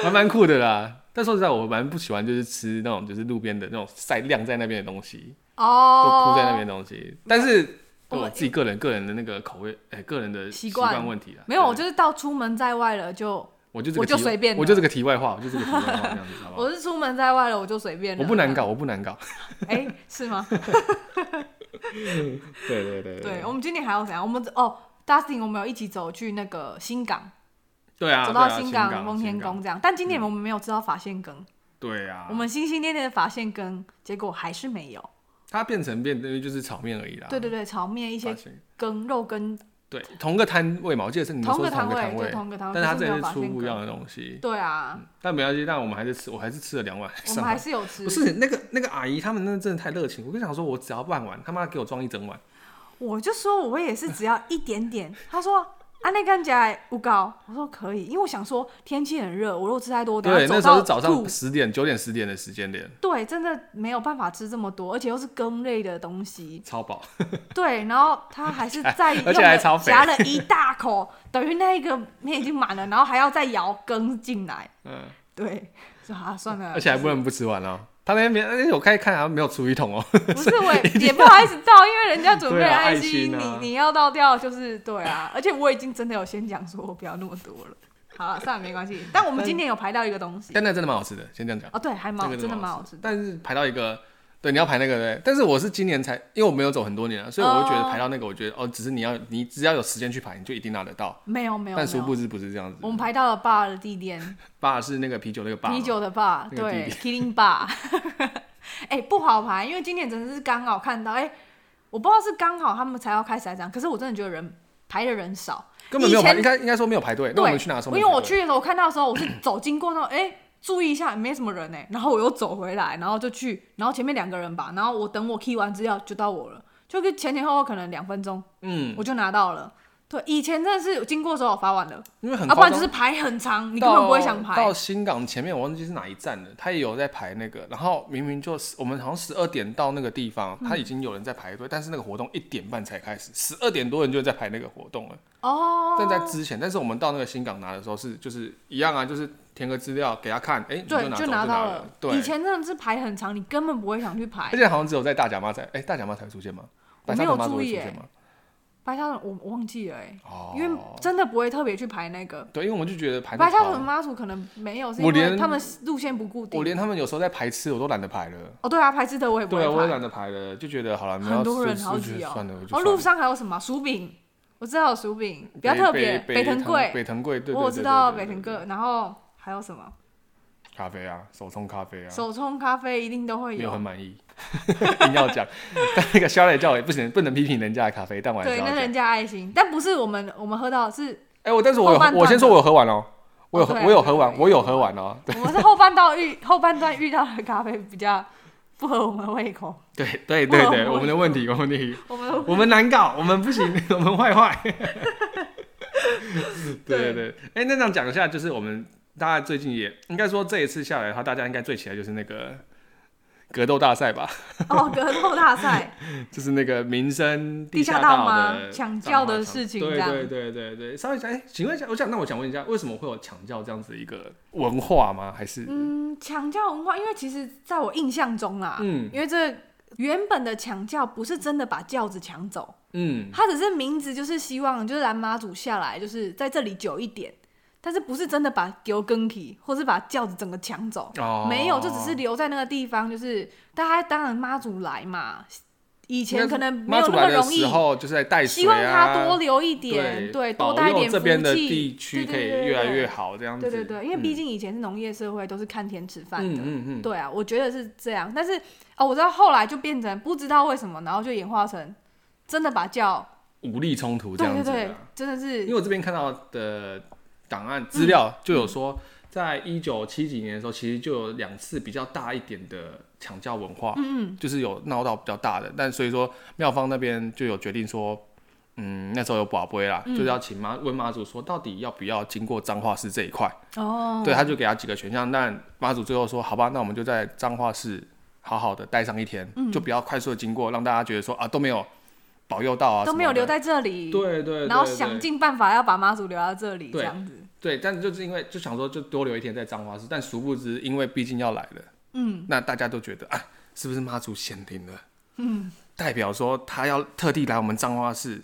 Speaker 1: 还蛮酷的啦。但说实在，我蛮不喜欢就是吃那种就是路边的那种晒晾在那边的东西，就
Speaker 2: 哦，
Speaker 1: 铺在那边的东西。但是哦
Speaker 2: 我
Speaker 1: 我自己个人个人的那个口味，哎、个人的
Speaker 2: 习
Speaker 1: 习
Speaker 2: 惯
Speaker 1: 惯问题啦。
Speaker 2: 没有，
Speaker 1: 对啊
Speaker 2: 我就是到出门在外了就，
Speaker 1: 我就这个
Speaker 2: 我就
Speaker 1: 题
Speaker 2: 随便的
Speaker 1: 我就这个题外话，我就这个题外话这样子，好不好？
Speaker 2: 我是出门在外了我就随便了。
Speaker 1: 我不难搞，我不难搞。
Speaker 2: 这样，哎、是吗？
Speaker 1: <laughs> 对对 <laughs> 对
Speaker 2: 对，我们今年还有怎样？我们哦，Dustin，我们有一起走去那个新港，
Speaker 1: 对啊，
Speaker 2: 走
Speaker 1: 对
Speaker 2: 到
Speaker 1: 啊
Speaker 2: 新
Speaker 1: 新
Speaker 2: 蒙天宫。这样。但今年我们没有吃到法线羹，
Speaker 1: 对啊，
Speaker 2: 我们心心念念的法线羹，结果还是没有。
Speaker 1: 它变成变等于就是炒面而已啦。
Speaker 2: 对对对，炒面一
Speaker 1: 发
Speaker 2: 些
Speaker 1: 现
Speaker 2: 羹肉羹，
Speaker 1: 对同个摊位嘛，我记得是你们
Speaker 2: 同
Speaker 1: 说是
Speaker 2: 摊
Speaker 1: 个摊
Speaker 2: 对，
Speaker 1: 位，
Speaker 2: 同个摊位，
Speaker 1: 但是它
Speaker 2: 可
Speaker 1: 这
Speaker 2: 是没
Speaker 1: 里是
Speaker 2: 有法
Speaker 1: 出
Speaker 2: 线
Speaker 1: 不一样
Speaker 2: 羹。
Speaker 1: 的东西。
Speaker 2: 对啊，
Speaker 1: 但没关系，但我们还是吃，我还是吃了两碗。
Speaker 2: 我
Speaker 1: 上
Speaker 2: 们
Speaker 1: 来
Speaker 2: 还是有吃。
Speaker 1: 不是那个那个阿姨，他们那真的太热情。我跟你讲说，我只要半碗，他妈给我装一整碗。
Speaker 2: 我就说我也是只要一点点。他说啊，那看起来不高。我说可以，因为我想说天气很热，我如果吃太多，我等下
Speaker 1: 对，那
Speaker 2: 走
Speaker 1: 时候
Speaker 2: 到
Speaker 1: 是早上
Speaker 2: 吐
Speaker 1: 十点、九点、十点的时间点，
Speaker 2: 对，真的没有办法吃这么多，而且又是羹类的东西。
Speaker 1: 超饱。
Speaker 2: 对，然后他
Speaker 1: <laughs>
Speaker 2: 还是再用
Speaker 1: 而且还超
Speaker 2: 了
Speaker 1: 肥
Speaker 2: 夹了一大口，等于那一个面已经满了，然后还要再舀羹进来。
Speaker 1: 嗯，
Speaker 2: 对，说啊算了，
Speaker 1: 而且还不能不吃完哦。他那边，而且我看一看，好像没有厨余桶哦。 <laughs>
Speaker 2: 不是我也也不好意思倒，因为人家准备
Speaker 1: 对啊
Speaker 2: 爱
Speaker 1: 爱心啊
Speaker 2: 你你要倒掉就是对啊，而且我已经真的有先讲说我不要那么多了，好了，算了没关系。但我们今天有排到一个东西
Speaker 1: 但那真的蛮好吃的，先这样讲。
Speaker 2: 哦，对，还蛮
Speaker 1: 那
Speaker 2: 好
Speaker 1: 个
Speaker 2: 真的
Speaker 1: 蛮
Speaker 2: 蛮好吃的。
Speaker 1: 但是排到一个，对，你要排那个对。但是我是今年才，因为我没有走很多年了，啊所以我会觉
Speaker 2: 哦
Speaker 1: 得排到那个，我觉得哦，只是你要你只要有时间去排，你就一定拿得到。
Speaker 2: 没有没有，
Speaker 1: 但
Speaker 2: 没
Speaker 1: 殊
Speaker 2: 有
Speaker 1: 不知不是这样子
Speaker 2: 我。们排到了 bar 的地点，
Speaker 1: 爸是那个啤酒那个爸，
Speaker 2: 啤酒的 bar，
Speaker 1: 那个
Speaker 2: 对
Speaker 1: 地
Speaker 2: ，Killing bar。哎，不好排，因为今年真的是刚好看到，哎，我不知道是刚好他们才要开始还是怎样，可是我真的觉得人排的人少，
Speaker 1: 根本没有
Speaker 2: 以
Speaker 1: 排，
Speaker 2: 前
Speaker 1: 应该应该说没有排哎队。那我
Speaker 2: 对，
Speaker 1: 们去哪的时候没
Speaker 2: 因
Speaker 1: 有
Speaker 2: 为
Speaker 1: 排队？嗯
Speaker 2: 我去的时候，我看到的时哦候，我是走经过那种，哎、注意一下，没什么人哎、然后我又走回来，然后就去，然后前面两个人吧，然后我等我 key 完资料就到我了，就跟前前后后可能两分钟，
Speaker 1: 嗯，
Speaker 2: 我就拿到了。对，以前真的是经过的时候我发完了，啊
Speaker 1: 因为很
Speaker 2: 要、不
Speaker 1: 夸
Speaker 2: 然
Speaker 1: 张
Speaker 2: 就是排很长，你根本不会想
Speaker 1: 到。
Speaker 2: 排
Speaker 1: 到。新港前面，我忘记是哪一站了，他也有在排那个，然后明明就是我们好像十二点到那个地方，他已经有人在排队，但是那个活动一点半才开始，十二点多人就在排那个活动了。
Speaker 2: 哦，
Speaker 1: 但在之前，但是我们到那个新港拿的时候是就是一样啊，就是填个资料给他看，哎、你
Speaker 2: 对，
Speaker 1: 拿走
Speaker 2: 就
Speaker 1: 就
Speaker 2: 拿到
Speaker 1: 了。
Speaker 2: 以
Speaker 1: 对，
Speaker 2: 前真的是排很长，你根本不会想去排
Speaker 1: 而。且好像只有在大甲妈才，哎、大甲妈才会出现吗？
Speaker 2: 我
Speaker 1: 白
Speaker 2: 没
Speaker 1: 沙
Speaker 2: 有
Speaker 1: 屯妈都会
Speaker 2: 注意
Speaker 1: 出
Speaker 2: 哎
Speaker 1: 现吗？
Speaker 2: 白沙屯我我忘记了哎、
Speaker 1: 哦，
Speaker 2: 因为真的不会特别去排那个。
Speaker 1: 对，因为我们就觉得排队
Speaker 2: 白沙
Speaker 1: 好
Speaker 2: 屯妈祖可能没有，是因
Speaker 1: 我
Speaker 2: 为
Speaker 1: 连
Speaker 2: 他们路线不固定。
Speaker 1: 我连他们有时候在排吃我都懒得排了。
Speaker 2: 哦，对啊，排吃的我也不会
Speaker 1: 对，我也
Speaker 2: 排。
Speaker 1: 懒得排了，就觉得好了，没有
Speaker 2: 很多人
Speaker 1: 就
Speaker 2: 好
Speaker 1: 就
Speaker 2: 挤哦
Speaker 1: 算了，我就
Speaker 2: 哦，
Speaker 1: 算了
Speaker 2: 路上还有什么薯饼？我知道有薯饼，比较
Speaker 1: 北
Speaker 2: 特别，
Speaker 1: 北
Speaker 2: 藤
Speaker 1: 北
Speaker 2: 贵，
Speaker 1: 藤贵，对，对
Speaker 2: 我
Speaker 1: 对
Speaker 2: 知
Speaker 1: 对
Speaker 2: 道
Speaker 1: 对
Speaker 2: 北
Speaker 1: 对
Speaker 2: 藤
Speaker 1: 对
Speaker 2: 贵，然后还有什么
Speaker 1: 咖啡啊，手冲咖啡啊，
Speaker 2: 手冲咖啡一定都会
Speaker 1: 没有很满意， <laughs> 硬要讲， <laughs> 但那个肖磊叫我也不行，不能批评人家的咖啡，但我还是
Speaker 2: 对，
Speaker 1: 要
Speaker 2: 那
Speaker 1: 讲。
Speaker 2: 人家爱心，但不是我们我们喝到的是
Speaker 1: 哎，我但是我有
Speaker 2: 后半
Speaker 1: 喝，
Speaker 2: 段
Speaker 1: 我先说
Speaker 2: 的
Speaker 1: 我有喝完哦，我有
Speaker 2: 哦
Speaker 1: 喝，
Speaker 2: 对
Speaker 1: 我有
Speaker 2: 对
Speaker 1: 喝完，
Speaker 2: 对
Speaker 1: 我有喝完哦，
Speaker 2: 我们是后半段遇后半段遇到的咖啡比较不合我们胃口，
Speaker 1: <laughs> 对对
Speaker 2: 我
Speaker 1: 对
Speaker 2: 有
Speaker 1: 对，
Speaker 2: 喝
Speaker 1: 我们的问题，我们的问题，
Speaker 2: <laughs> 我们
Speaker 1: 我们难搞，我们不行，我们坏坏。对对
Speaker 2: 对
Speaker 1: 对，哎、那这样讲一下，就是我们大家最近也应该说这一次下来的话，大家应该最期待就是那个格斗大赛吧，
Speaker 2: <laughs>
Speaker 1: <laughs>
Speaker 2: 哦格斗大赛，
Speaker 1: 就是那个民生
Speaker 2: 地下
Speaker 1: 下
Speaker 2: 道吗
Speaker 1: 的
Speaker 2: 抢教的
Speaker 1: 脏话
Speaker 2: 事情
Speaker 1: 对
Speaker 2: 这样
Speaker 1: 对对对对，稍微讲，哎、请问一下，我想那我想问一下，为什么会有抢教这样子一个文化吗？还是
Speaker 2: 嗯，抢教文化，因为其实在我印象中啦，
Speaker 1: 嗯
Speaker 2: 因为这原本的抢教不是真的把轿子抢走。
Speaker 1: 嗯
Speaker 2: 他只是名字就是希望就是蓝妈祖下来就是在这里久一点，但是不是真的把丢根体或是把轿子整个抢走，
Speaker 1: 哦，
Speaker 2: 没有，就只是留在那个地方，就是大家当然妈祖来嘛，以
Speaker 1: 应
Speaker 2: 前
Speaker 1: 该
Speaker 2: 可能没
Speaker 1: 妈
Speaker 2: 有
Speaker 1: 祖
Speaker 2: 那么
Speaker 1: 来的
Speaker 2: 容易
Speaker 1: 时，候就是在带水、啊，
Speaker 2: 希望他多留一点，对，多
Speaker 1: 保
Speaker 2: 带一
Speaker 1: 佑
Speaker 2: 点
Speaker 1: 这
Speaker 2: 福
Speaker 1: 边的
Speaker 2: 气。
Speaker 1: 地区
Speaker 2: 对
Speaker 1: 可以
Speaker 2: 对对
Speaker 1: 越来
Speaker 2: 对
Speaker 1: 越好，这样子。
Speaker 2: 对对对，因为
Speaker 1: 嗯
Speaker 2: 毕竟以前是农业社会，都是看天吃饭
Speaker 1: 嗯
Speaker 2: 的。
Speaker 1: 嗯嗯，
Speaker 2: 对啊，我觉得是这样。但是哦，我知道后来就变成不知道为什么，然后就演化成真的把叫，
Speaker 1: 武力冲突这
Speaker 2: 对
Speaker 1: 样
Speaker 2: 对
Speaker 1: 子、啊。
Speaker 2: 对，真的是
Speaker 1: 因为我这边看到的档案资料就有说，在一九七几年的时候，其实就有两次比较大一点的抢教文化，嗯，就是有闹到比较大的，但所以说妙方那边就有决定说。嗯，那时候有宝贝啦，就是要请妈问妈祖说，到底要不要经过彰化市这一块？
Speaker 2: 哦，
Speaker 1: 对，他就给他几个选项，但妈祖最后说，好吧，那我们就在彰化市好好的待上一天，
Speaker 2: 嗯
Speaker 1: 就不要快速的经过，让大家觉得说啊都没有保佑到啊，
Speaker 2: 都没有留
Speaker 1: 在。
Speaker 2: 在这里，
Speaker 1: 对对对，
Speaker 2: 然后
Speaker 1: 对
Speaker 2: 想尽办法要把妈祖留到这里，这
Speaker 1: 对
Speaker 2: 样子，
Speaker 1: 对，但就是因为就想说就多留一天在彰化市，但殊不知因为毕竟要来了，嗯，那大家都觉得啊，是不是妈祖显灵了？嗯，代表说他要特地来我们彰化市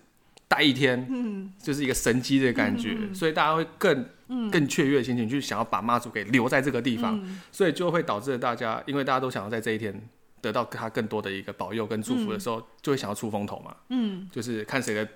Speaker 1: 待一天，嗯，就是一个神机的感觉，所以大家会更。更雀跃的心情去想要把妈祖给留在这个地方，所以就会导致大家，因为大家都想要在这一天得到他更多的一个保佑跟祝福的时候，就会想要出风头嘛。
Speaker 2: 嗯，
Speaker 1: 就是看谁的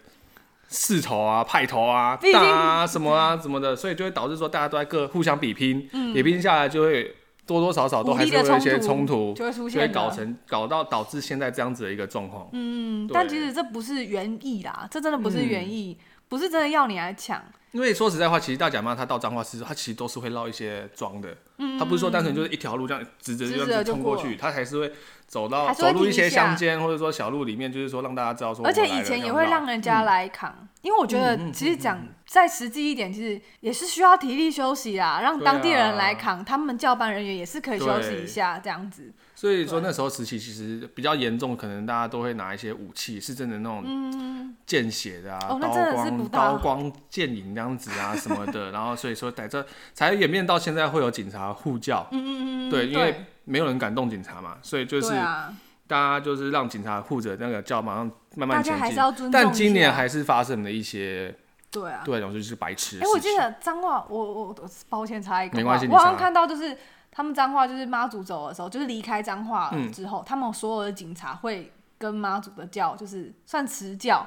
Speaker 1: 势头啊、派头啊
Speaker 2: 毕、竟
Speaker 1: 大啊、什么啊、什么的，所以就会导致说大家都在各互相比拼，比拼下来就会多多少少都
Speaker 2: 嗯武
Speaker 1: 还
Speaker 2: 力
Speaker 1: 是会
Speaker 2: 的
Speaker 1: 有一些
Speaker 2: 冲
Speaker 1: 冲突，
Speaker 2: 就会出
Speaker 1: 就会
Speaker 2: 现
Speaker 1: 搞
Speaker 2: 了。
Speaker 1: 成搞到导致现在这样子的一个状况。
Speaker 2: 嗯，
Speaker 1: 对嗯
Speaker 2: 但其实这不是原意啦，这真的不是原意，不是真的要你来抢，
Speaker 1: 因为说实在话，其实大甲妈她到彰化市，她其实都是会绕一些庄的，她不是说单纯就是一条路这样直直
Speaker 2: 直
Speaker 1: 这
Speaker 2: 嗯直
Speaker 1: 样
Speaker 2: 地
Speaker 1: 子
Speaker 2: 就
Speaker 1: 冲
Speaker 2: 过
Speaker 1: 过去，她还是会走到
Speaker 2: 还是会
Speaker 1: 走入一
Speaker 2: 停一
Speaker 1: 些
Speaker 2: 下
Speaker 1: 乡间或者说小路里面，就是说让大家知道说我
Speaker 2: 而
Speaker 1: 们来
Speaker 2: 且
Speaker 1: 了这样绕，
Speaker 2: 以前也会让人家
Speaker 1: 嗯
Speaker 2: 来扛，因为我觉得其实讲再实际一点，其实也是需要体力休息啦，让当地人
Speaker 1: 啊
Speaker 2: 来扛，他们教班人员也是可以休息一下这样子。
Speaker 1: 所以说那时候时期其实比较严重，可能大家都会拿一些武器，是真的那种见血的啊，
Speaker 2: 嗯哦那
Speaker 1: 刀
Speaker 2: 真的是
Speaker 1: 光
Speaker 2: 不大
Speaker 1: 刀光剑影那样子啊什么的，然后所以说在这才演变到现在会有警察护教，
Speaker 2: 嗯嗯嗯，
Speaker 1: 对，因
Speaker 2: 对
Speaker 1: 为没有人敢动警察嘛，所以就是
Speaker 2: 对啊，
Speaker 1: 大家就是让警察护着那个教，马上慢慢
Speaker 2: 大家
Speaker 1: 前
Speaker 2: 还是
Speaker 1: 进。
Speaker 2: 要尊重一下。
Speaker 1: 但今年还是发生了一些
Speaker 2: 对啊，
Speaker 1: 对，总之就是白痴
Speaker 2: 哎、
Speaker 1: 的事情。
Speaker 2: 我记得脏话，我我我抱歉插一个话，
Speaker 1: 没关系你
Speaker 2: 我好像
Speaker 1: 插
Speaker 2: 看到就是他们脏话，就是妈祖走的时候，就是离开脏话
Speaker 1: 嗯
Speaker 2: 之后，他们所有的警察会跟妈祖的叫，就是算辞教，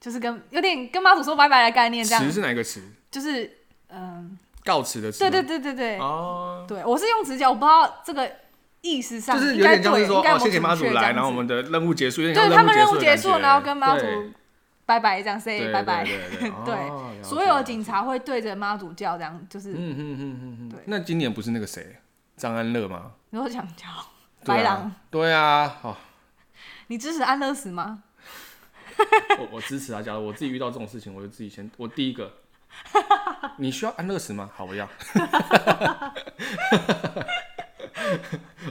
Speaker 2: 就是跟有点跟妈祖说拜拜的概念这样
Speaker 1: 词，是哪一个词？
Speaker 2: 就是嗯，
Speaker 1: 告辞的词
Speaker 2: 对
Speaker 1: 吗。
Speaker 2: 对对对对，
Speaker 1: 哦，
Speaker 2: 对我是用辞教，我不知道这个意思上
Speaker 1: 就是
Speaker 2: 应
Speaker 1: 有
Speaker 2: 该
Speaker 1: 点像
Speaker 2: 对，
Speaker 1: 是说
Speaker 2: 应该
Speaker 1: 哦，
Speaker 2: 有没有
Speaker 1: 谢谢妈祖
Speaker 2: 准确这
Speaker 1: 来，
Speaker 2: 样
Speaker 1: 然后我
Speaker 2: 子
Speaker 1: 们的任务结束，有点像
Speaker 2: 对他们任务
Speaker 1: 的
Speaker 2: 结
Speaker 1: 感
Speaker 2: 束，
Speaker 1: 觉
Speaker 2: 然后跟妈祖
Speaker 1: 对
Speaker 2: 拜拜这样 say
Speaker 1: 对
Speaker 2: 拜拜，
Speaker 1: 对对对
Speaker 2: <laughs> 对
Speaker 1: 哦了
Speaker 2: 所有的
Speaker 1: 解
Speaker 2: 警察会对着妈祖叫这样，就是、
Speaker 1: 嗯嗯嗯嗯嗯
Speaker 2: 对。
Speaker 1: 那今年不是那个谁张安乐吗？
Speaker 2: 你说想叫
Speaker 1: 对啊
Speaker 2: 白狼。。
Speaker 1: 对啊，哦，
Speaker 2: 你支持安乐死吗？
Speaker 1: 我我支持啊！假如我自己遇到这种事情，我就自己先，我第一个。你需要安乐死吗？好，我要。 <laughs>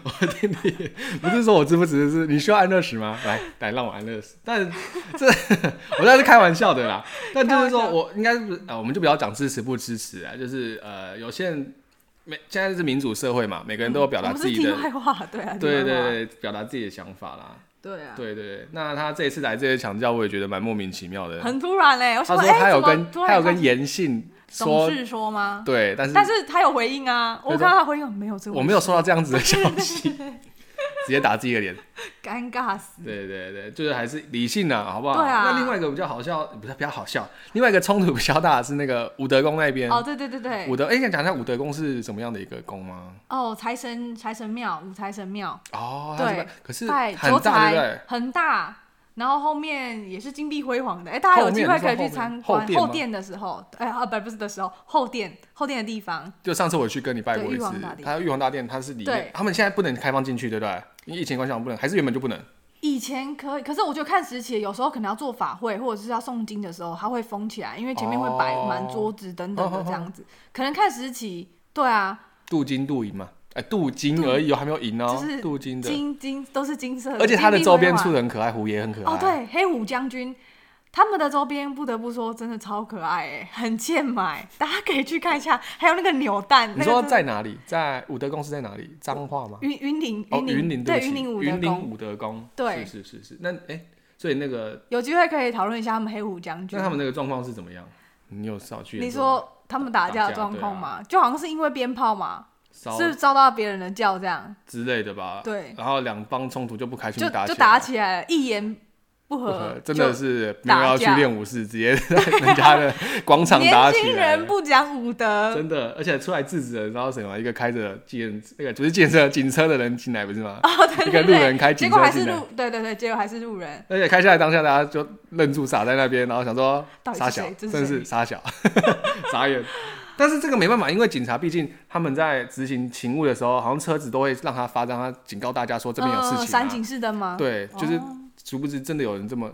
Speaker 1: 我听你不是说我支不支持，是你需要安乐死吗？来来，让我安乐死。但这我那是开玩笑的啦。但就是
Speaker 2: 开
Speaker 1: 说
Speaker 2: 玩笑
Speaker 1: 我应该不是啊、我们就不要讲支持不支持啊，就是呃，有些人每现在是民主社会嘛，每个人都有表达
Speaker 2: 我们
Speaker 1: 自
Speaker 2: 是
Speaker 1: 己的
Speaker 2: 题，外话，对啊，
Speaker 1: 对
Speaker 2: 题外话
Speaker 1: 对对，表达自己的想法啦。
Speaker 2: 对啊，
Speaker 1: 对对对，那他这一次来这些强调，我也觉得蛮莫名其妙的。
Speaker 2: 很突然嘞、我
Speaker 1: 他
Speaker 2: 想
Speaker 1: 说
Speaker 2: 哎，
Speaker 1: 他有
Speaker 2: 怎么
Speaker 1: 跟、
Speaker 2: 突然
Speaker 1: 他有跟
Speaker 2: 看
Speaker 1: 严信
Speaker 2: 董
Speaker 1: 说，
Speaker 2: 事说吗？
Speaker 1: 对，但是
Speaker 2: 但是他有回应啊，我
Speaker 1: 对
Speaker 2: 看到他回应没有这个，
Speaker 1: 我没有收到这样子的消息，直接打自己的脸。
Speaker 2: 尴尬死。
Speaker 1: 对对对，就是还是理性啊，好不好？
Speaker 2: 对啊
Speaker 1: 那另外一个比较好笑，不是比较好笑，另外一个冲突比较大的是那个武德宫那边。
Speaker 2: 哦，对对对对
Speaker 1: 武，德，哎、想讲一下武德宫是什么样的一个宫吗？
Speaker 2: 哦，财神财神庙，五财神庙，
Speaker 1: 哦，它是
Speaker 2: 对
Speaker 1: 可是
Speaker 2: 拜
Speaker 1: 很
Speaker 2: 九
Speaker 1: 大，
Speaker 2: 财
Speaker 1: 对不对？
Speaker 2: 很大，然后后面也是金碧辉煌的，哎、大家有
Speaker 1: 后面
Speaker 2: 机会
Speaker 1: 你说
Speaker 2: 可以
Speaker 1: 后面
Speaker 2: 去参
Speaker 1: 后
Speaker 2: 观
Speaker 1: 殿吗
Speaker 2: 的时候，哎、啊不不是的时候，后殿后殿的地方，
Speaker 1: 就上次我去跟你拜
Speaker 2: 对
Speaker 1: 过一
Speaker 2: 玉
Speaker 1: 次
Speaker 2: 皇大，帝
Speaker 1: 它玉皇大殿，它是里面
Speaker 2: 对，
Speaker 1: 他们现在不能开放进去，对不对？因为疫情关系，我们不能，还是原本就不能。
Speaker 2: 以前可以，可是我觉得看时期，有时候可能要做法会或者是要诵经的时候，它会封起来，因为前面会摆
Speaker 1: 哦
Speaker 2: 满桌子等等的这样子。可能看时期，对啊，
Speaker 1: 镀金镀银嘛，哎、镀金而已哦，还没有银哦
Speaker 2: 就是，
Speaker 1: 镀金的，
Speaker 2: 金金都是金色的，
Speaker 1: 而且它的
Speaker 2: 金碧
Speaker 1: 周
Speaker 2: 辉
Speaker 1: 边
Speaker 2: 煌
Speaker 1: 处很可爱，虎也很可爱。
Speaker 2: 哦，，对，黑虎将军他们的周边不得不说真的超可爱哎，很欠买，大家可以去看一下。还哦有那个扭蛋，
Speaker 1: 你
Speaker 2: 那个
Speaker 1: 说
Speaker 2: 真的
Speaker 1: 在哪里？在武德宫是在哪里？彰化吗？
Speaker 2: 云云林
Speaker 1: 哦，
Speaker 2: 林、
Speaker 1: 林对
Speaker 2: 对
Speaker 1: 不起
Speaker 2: 林武德
Speaker 1: 云林
Speaker 2: 宫，
Speaker 1: 武德宫，
Speaker 2: 对
Speaker 1: 是是是是。那哎、所以那个
Speaker 2: 有机会可以讨论一下他们黑虎将军
Speaker 1: 那。他们那个状况是怎么样？你有少去研究吗？
Speaker 2: 你说他们打
Speaker 1: 打
Speaker 2: 架
Speaker 1: 架
Speaker 2: 的
Speaker 1: 啊
Speaker 2: 状
Speaker 1: 对
Speaker 2: 况
Speaker 1: 啊
Speaker 2: 嘛，就好像是因为鞭炮嘛。
Speaker 1: 烧
Speaker 2: 是遭到别人的叫这样，
Speaker 1: 之类的吧？
Speaker 2: 对
Speaker 1: 然后两方冲突就不开心，
Speaker 2: 就
Speaker 1: 打
Speaker 2: 就
Speaker 1: 打
Speaker 2: 打起来了，一言不
Speaker 1: 不合
Speaker 2: 合，
Speaker 1: <laughs> 真的
Speaker 2: 就是
Speaker 1: 没
Speaker 2: 打
Speaker 1: 有要去
Speaker 2: 架
Speaker 1: 练武士，直接在人家的广场打
Speaker 2: <laughs> 年
Speaker 1: 起
Speaker 2: 轻
Speaker 1: 来
Speaker 2: 人
Speaker 1: 了。
Speaker 2: 不讲武德，
Speaker 1: 真的，而且出来制止的，你知道谁吗？一个开着警那个就是建设警车的人进来，不是吗？
Speaker 2: 哦对
Speaker 1: 一个
Speaker 2: 对
Speaker 1: 路
Speaker 2: 对，
Speaker 1: 人开
Speaker 2: 结
Speaker 1: 警
Speaker 2: 果
Speaker 1: 车
Speaker 2: 还是
Speaker 1: 进来
Speaker 2: 路，，对对对，结果还是路人，
Speaker 1: 而且开下来当下大家就愣住，傻在那边，然后想说
Speaker 2: 到底
Speaker 1: 傻
Speaker 2: 是
Speaker 1: 小
Speaker 2: 谁，这
Speaker 1: 真
Speaker 2: 是
Speaker 1: 的
Speaker 2: 谁
Speaker 1: 是傻小， <laughs> 傻眼。但是这个没办法，因为警察毕竟他们在执行勤务的时候，好像车子都会让他发，让他警告大家说这边有事
Speaker 2: 嗯
Speaker 1: 情、
Speaker 2: 闪
Speaker 1: 啊。
Speaker 2: 警示灯吗？
Speaker 1: 对，就是
Speaker 2: 哦
Speaker 1: 殊不知真的有人这么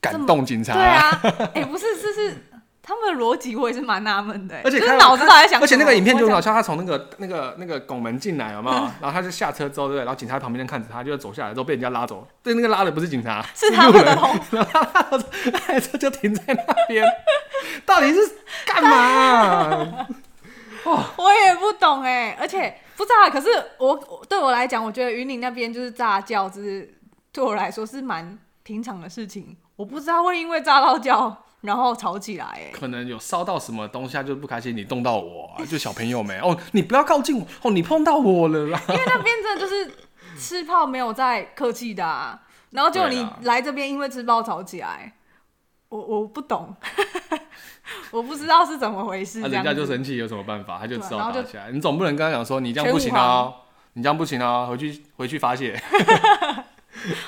Speaker 1: 感
Speaker 2: 这么
Speaker 1: 动警察、
Speaker 2: 啊
Speaker 1: <laughs>
Speaker 2: 对啊，哎，不是，这是他们的逻辑我也是蛮纳闷的欸，
Speaker 1: 而且
Speaker 2: 就是
Speaker 1: 看
Speaker 2: 脑子到底在想什么，
Speaker 1: 而且那个影片就
Speaker 2: 我
Speaker 1: 很
Speaker 2: 想
Speaker 1: 好笑，他从那个那个那个拱门进来，有没有？
Speaker 2: <laughs>
Speaker 1: 然后他就下车之后，对不对？然后警察在旁边看着他，就走下来之后被人家拉走。对，那个拉的不是警察， <laughs>
Speaker 2: 是他
Speaker 1: 路
Speaker 2: 们
Speaker 1: 人
Speaker 2: 的。同
Speaker 1: 然后他拉走，哎，这就停在那边，到底是干嘛
Speaker 2: <laughs>
Speaker 1: 啊、
Speaker 2: 我也不懂哎、而且不知道啊。可是我我对我来讲，我觉得云林那边就是炸教，就是对我来说是蛮平常的事情。我不知道会因为炸到教然后吵起来
Speaker 1: <laughs>
Speaker 2: 哎、
Speaker 1: 可能有烧到什么东西，他就不开心。你动到我、就小朋友没哦，你不要靠近我哦，你碰到我了
Speaker 2: <laughs>
Speaker 1: 啦。
Speaker 2: 因为那边真的就是吃炮没有在客气的、啊，然后就
Speaker 1: 对
Speaker 2: 你
Speaker 1: 啦
Speaker 2: 来这边因为吃炮吵起来，我我不懂， <laughs> 我不知道是怎么回事
Speaker 1: 那、
Speaker 2: 这
Speaker 1: 啊人
Speaker 2: 样
Speaker 1: 家就
Speaker 2: 子。
Speaker 1: 生气，有什么办法？他就只
Speaker 2: 对然
Speaker 1: 好
Speaker 2: 后
Speaker 1: 打
Speaker 2: 就
Speaker 1: 起来。你总不能跟他讲说你这样不行哦，你这样不行哦，回去回去罚写。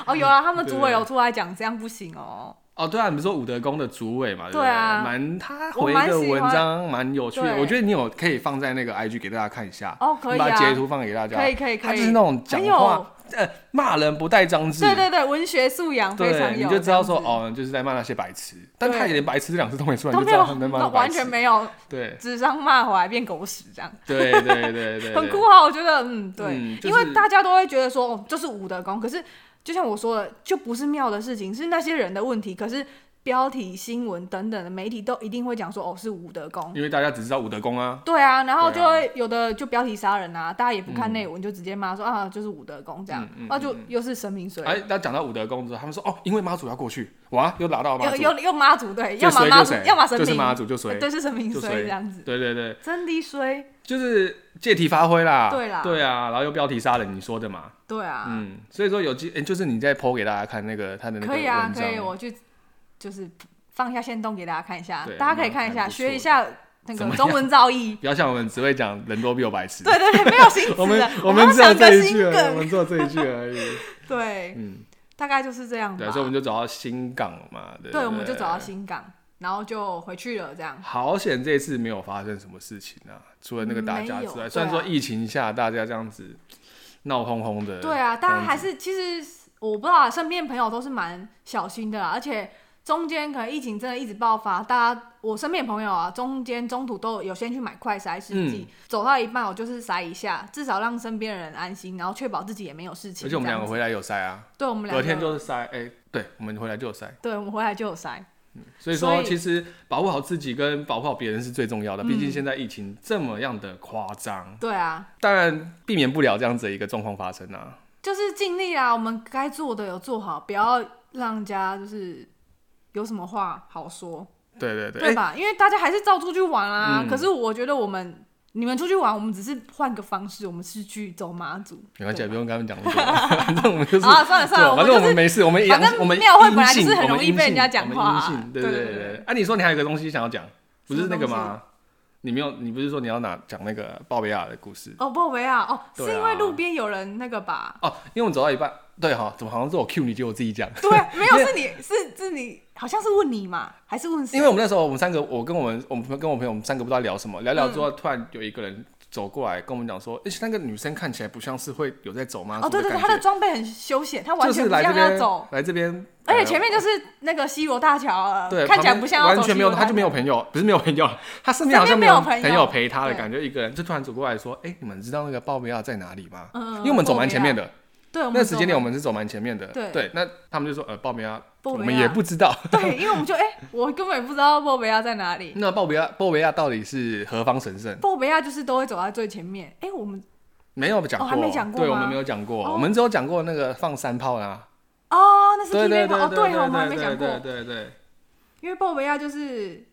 Speaker 2: 哦，有啊，他们
Speaker 1: 对
Speaker 2: 组委有出来讲这样不行哦。
Speaker 1: 哦，对啊，你不是说武德宫的主委嘛？不
Speaker 2: 对啊
Speaker 1: 蛮他
Speaker 2: 我
Speaker 1: 回
Speaker 2: 蛮
Speaker 1: 的
Speaker 2: 喜
Speaker 1: 文
Speaker 2: 欢
Speaker 1: 章蛮有趣的，
Speaker 2: 对
Speaker 1: 我觉得你有可以放在那个 IG 给大家看一下，
Speaker 2: 哦，可
Speaker 1: 你
Speaker 2: 以
Speaker 1: 把
Speaker 2: 啊，
Speaker 1: 截图放给大家，
Speaker 2: 可以可以可
Speaker 1: 他
Speaker 2: 以，
Speaker 1: 就是那种讲
Speaker 2: 很有
Speaker 1: 话呃骂人不带脏字，
Speaker 2: 对对对，文学素养非常
Speaker 1: 对，
Speaker 2: 有，
Speaker 1: 你就知道
Speaker 2: 这
Speaker 1: 说
Speaker 2: 样子，
Speaker 1: 哦，就是在骂那些白痴，但他
Speaker 2: 对
Speaker 1: 也连白痴这两个字都没出来，
Speaker 2: 都
Speaker 1: 你就
Speaker 2: 没
Speaker 1: 知道他在
Speaker 2: 有，
Speaker 1: 骂
Speaker 2: 那
Speaker 1: 白痴，
Speaker 2: 完全没有
Speaker 1: 对
Speaker 2: 指桑骂槐变狗屎这样，
Speaker 1: 对对对对对，
Speaker 2: 很酷啊！我觉得，嗯，对，
Speaker 1: 嗯就是
Speaker 2: 因为大家都会觉得说，哦，这是武德宫，可是就像我说的，就不是庙的事情，是那些人的问题，可是。标题、新闻等等的媒体都一定会讲说，哦，是武德宫，
Speaker 1: 因为大家只知道武德宫啊，
Speaker 2: 对啊，然后
Speaker 1: 嗯对
Speaker 2: 就
Speaker 1: 啊
Speaker 2: 会有的就标题杀人啊，大家也不看内文，就直接骂说啊，就是武德宫这样
Speaker 1: 嗯，嗯
Speaker 2: 啊，就
Speaker 1: 嗯嗯
Speaker 2: 又是神明水，
Speaker 1: 哎，那讲到武德宫之后，他们说哦，因为妈祖要过去，哇，又拿到妈
Speaker 2: 又
Speaker 1: 祖，
Speaker 2: 又又妈祖对，
Speaker 1: 最
Speaker 2: 要么
Speaker 1: 衰
Speaker 2: 妈
Speaker 1: 就
Speaker 2: 祖
Speaker 1: 谁，，
Speaker 2: 要么神
Speaker 1: 就
Speaker 2: 明，
Speaker 1: 是妈祖就衰，
Speaker 2: 对，是神明
Speaker 1: 就
Speaker 2: 衰
Speaker 1: 衰
Speaker 2: 这样子，
Speaker 1: 对对对。
Speaker 2: 真的衰，
Speaker 1: 就是借题发挥啦，
Speaker 2: 对啦
Speaker 1: 对啊，然后又标题杀人，你说的嘛，
Speaker 2: 对啊，
Speaker 1: 嗯，所以说有机、诶就是你再剖给大家看那个他的那个
Speaker 2: 可
Speaker 1: 文
Speaker 2: 以
Speaker 1: 章，
Speaker 2: 啊，可以，我去就是放一下线动给大家看一下
Speaker 1: 对，
Speaker 2: 大家可以看一
Speaker 1: 蛮
Speaker 2: 下，
Speaker 1: 不错
Speaker 2: 学
Speaker 1: 的
Speaker 2: 一下那
Speaker 1: 怎么样。
Speaker 2: 个中文造诣
Speaker 1: 不要像我们只会讲人多必有白痴，
Speaker 2: 对对对，没有新
Speaker 1: <laughs> 我
Speaker 2: 词
Speaker 1: 们
Speaker 2: 的，
Speaker 1: 我们
Speaker 2: 们要
Speaker 1: 只有
Speaker 2: 想
Speaker 1: 这
Speaker 2: 个
Speaker 1: 一句
Speaker 2: 新
Speaker 1: 而已，我
Speaker 2: 梗，
Speaker 1: 们只有这一句而
Speaker 2: <laughs>
Speaker 1: 已，
Speaker 2: 对，
Speaker 1: 嗯，
Speaker 2: 大概就是这样吧
Speaker 1: 对，。所以我们就呃走到新港嘛，对，
Speaker 2: 对，
Speaker 1: 对，
Speaker 2: 我们就走到。新港，然后就回去了，这样。
Speaker 1: 好险，这一次没有发生什么事情啊，除了那个打架之
Speaker 2: 没
Speaker 1: 外，
Speaker 2: 有
Speaker 1: 虽然说
Speaker 2: 对啊
Speaker 1: 疫情下大家这样子闹哄哄的，
Speaker 2: 对啊，大
Speaker 1: 这样
Speaker 2: 家
Speaker 1: 子
Speaker 2: 还是其实我不知道啊，身边朋友都是蛮小心的啦，而且中间可能疫情真的一直爆发，大家我身边的朋友啊，中间中途都有先去买快筛试剂，
Speaker 1: 嗯
Speaker 2: 走到一半我就是筛一下，至少让身边的人安心，然后确保自己也没有事情。
Speaker 1: 而且我们
Speaker 2: 这样
Speaker 1: 两个
Speaker 2: 子
Speaker 1: 回来有塞啊，
Speaker 2: 对，我们两
Speaker 1: 隔
Speaker 2: 个
Speaker 1: 天就是塞，哎、对，我们回来就有塞。
Speaker 2: 对，我们回来就有筛，
Speaker 1: 所以
Speaker 2: 所
Speaker 1: 说，
Speaker 2: 以
Speaker 1: 其实保护好自己跟保护好别人是最重要的。
Speaker 2: 嗯
Speaker 1: 毕竟现在疫情这么样的夸张，
Speaker 2: 对啊，
Speaker 1: 当然避免不了这样子的一个状况发生啊。
Speaker 2: 就是尽力啊，我们该做的有做好，不要让人家就是有什么话好说。
Speaker 1: 对对对，
Speaker 2: 对
Speaker 1: 哎
Speaker 2: 吧？因为大家还是照出去玩啊。
Speaker 1: 嗯
Speaker 2: 可是我觉得我们你们出去玩，我们只是换个方式，我们是去走马祖。
Speaker 1: 没关系，啊
Speaker 2: 对
Speaker 1: 不
Speaker 2: 吧
Speaker 1: 用跟他们讲那么
Speaker 2: <laughs>
Speaker 1: 多，反正我们就是。
Speaker 2: 啊，算了算了，
Speaker 1: 对反正我
Speaker 2: 就
Speaker 1: 们
Speaker 2: 是
Speaker 1: 没事，我们
Speaker 2: 反
Speaker 1: 阳
Speaker 2: 正
Speaker 1: 我们
Speaker 2: 庙会本来
Speaker 1: 阴性
Speaker 2: 就是很
Speaker 1: 我们
Speaker 2: 容易被人家
Speaker 1: 阴性
Speaker 2: 讲话啊
Speaker 1: 我们阴性对
Speaker 2: 对
Speaker 1: 对
Speaker 2: 对对
Speaker 1: 对。啊，你说你还有一个东西想要讲，不是那个
Speaker 2: 什么东
Speaker 1: 吗？你没有，你不是说你要拿讲那个鲍比亚的故事
Speaker 2: 哦，鲍维亚哦，是
Speaker 1: 对啊
Speaker 2: 因为路边有人那个吧？
Speaker 1: 哦？因为我们走到一半，对哈，怎么好像是我 Q 你，结果我自己讲。
Speaker 2: 对，没有是你是是你，好像是问你嘛，还是问谁？
Speaker 1: 因为我们那时候，我们三个，我跟我们，我们跟我朋友，我们三个不知道聊什么，聊聊之
Speaker 2: 嗯
Speaker 1: 后，突然有一个人走过来跟我们讲说，哎、那个女生看起来不像是会有在走吗？
Speaker 2: 哦，对对对，
Speaker 1: 什么
Speaker 2: 他
Speaker 1: 感觉
Speaker 2: 的装备很休闲，他完
Speaker 1: 就
Speaker 2: 全
Speaker 1: 是
Speaker 2: 不
Speaker 1: 来这
Speaker 2: 像要
Speaker 1: 边
Speaker 2: 走。
Speaker 1: 来这边，
Speaker 2: 而且
Speaker 1: 呃
Speaker 2: 前面就是那个西罗大桥了，
Speaker 1: 对，
Speaker 2: 看起来
Speaker 1: 旁边
Speaker 2: 不像要走
Speaker 1: 完全没有，
Speaker 2: 西罗大
Speaker 1: 他就没有
Speaker 2: 桥
Speaker 1: 朋友，不是没有
Speaker 2: <laughs>
Speaker 1: 朋友，他身边好像
Speaker 2: 身边没
Speaker 1: 有
Speaker 2: 有朋友
Speaker 1: 陪他的
Speaker 2: 对
Speaker 1: 感觉，一个人就突然走过来说，哎、你们知道那个鲍比亚在哪里吗？
Speaker 2: 嗯嗯
Speaker 1: 因为我们走蛮
Speaker 2: 鲍比亚
Speaker 1: 前面的，
Speaker 2: 对，我
Speaker 1: 那
Speaker 2: 们
Speaker 1: 个时间点
Speaker 2: 走
Speaker 1: 我们是走蛮前面的，
Speaker 2: 对
Speaker 1: 那他们就说，呃，鲍比亚，
Speaker 2: 鲍
Speaker 1: 我
Speaker 2: 比亚
Speaker 1: 们也不知道， <laughs>
Speaker 2: 对，因为我们就哎，我根本不知道鲍维亚在哪里。
Speaker 1: 那鲍比亚，鲍比亚到底是何方神圣？
Speaker 2: 鲍比亚就是都会走在最前面。哎、我们
Speaker 1: 没有讲过，
Speaker 2: 哦还没讲过
Speaker 1: 对，我
Speaker 2: 吗
Speaker 1: 们没有讲过，
Speaker 2: 哦
Speaker 1: 我们只有讲过那个放山炮啦。
Speaker 2: 哦，那是 T
Speaker 1: 对
Speaker 2: V
Speaker 1: 对对
Speaker 2: 吗？哦，对哦，
Speaker 1: 对
Speaker 2: 我们还没
Speaker 1: 对
Speaker 2: 讲
Speaker 1: 对
Speaker 2: 过，
Speaker 1: 对对
Speaker 2: 因为鲍比亚就是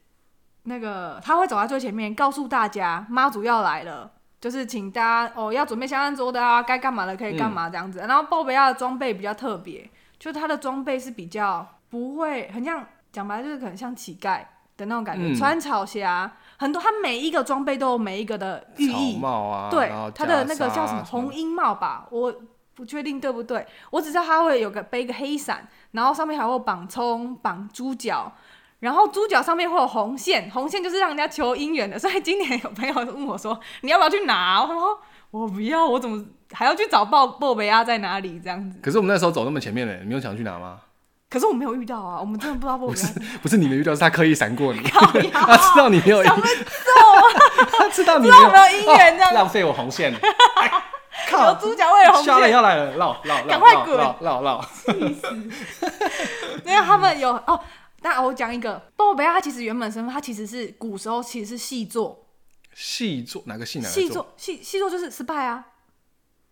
Speaker 2: 那个他会走在最前面，告诉大家妈祖要来了。就是请大家哦，要准备香案桌的啊，该干嘛的可以干
Speaker 1: 嗯
Speaker 2: 嘛这样子。然后鲍比亚的装备比较特别，就他的装备是比较不会很像，讲白了就是可能像乞丐的那种感觉，
Speaker 1: 嗯
Speaker 2: 穿草鞋，啊很多他每一个装备都有每一个的寓
Speaker 1: 对，草
Speaker 2: 意。
Speaker 1: 帽啊，
Speaker 2: 对
Speaker 1: 然后，
Speaker 2: 它
Speaker 1: 袈裟
Speaker 2: 的那个叫什么
Speaker 1: 啊
Speaker 2: 红缨帽吧，我不确定对不对，我只知道它会有个背一个黑伞，然后上面还会有绑葱、绑猪脚。然后猪脚上面会有红线，红线就是让人家求姻缘的。所以今年有朋友问我说：“你要不要去拿？”我说：“我不要，我怎么还要去找鲍鲍贝亚在哪里？”这样子，
Speaker 1: 可是我们那时候走那么前面嘞，你没有想去拿吗？
Speaker 2: 可是我没有遇到啊，我们真的不知道为什么
Speaker 1: 不是你没遇到，是他刻意闪过你，
Speaker 2: <laughs> 靠腰
Speaker 1: <laughs> 他
Speaker 2: 啊
Speaker 1: 知道你
Speaker 2: <laughs>
Speaker 1: 没有音， <laughs> 他知道你没
Speaker 2: 知道我没有姻缘这样
Speaker 1: 哦浪费我红
Speaker 2: <laughs>
Speaker 1: 线，哎
Speaker 2: 有
Speaker 1: 靠，
Speaker 2: 猪脚味的红
Speaker 1: 下来
Speaker 2: 线，
Speaker 1: 要来了，绕绕绕
Speaker 2: 赶快滚
Speaker 1: 绕绕绕，
Speaker 2: 没有他们有哦。那我讲一个，鲍贝亚啊他其实原本身份，他其实是古时候其实是细作，
Speaker 1: 细作哪个细哪
Speaker 2: 细
Speaker 1: 个作？
Speaker 2: 作细细作就是 spy 啊，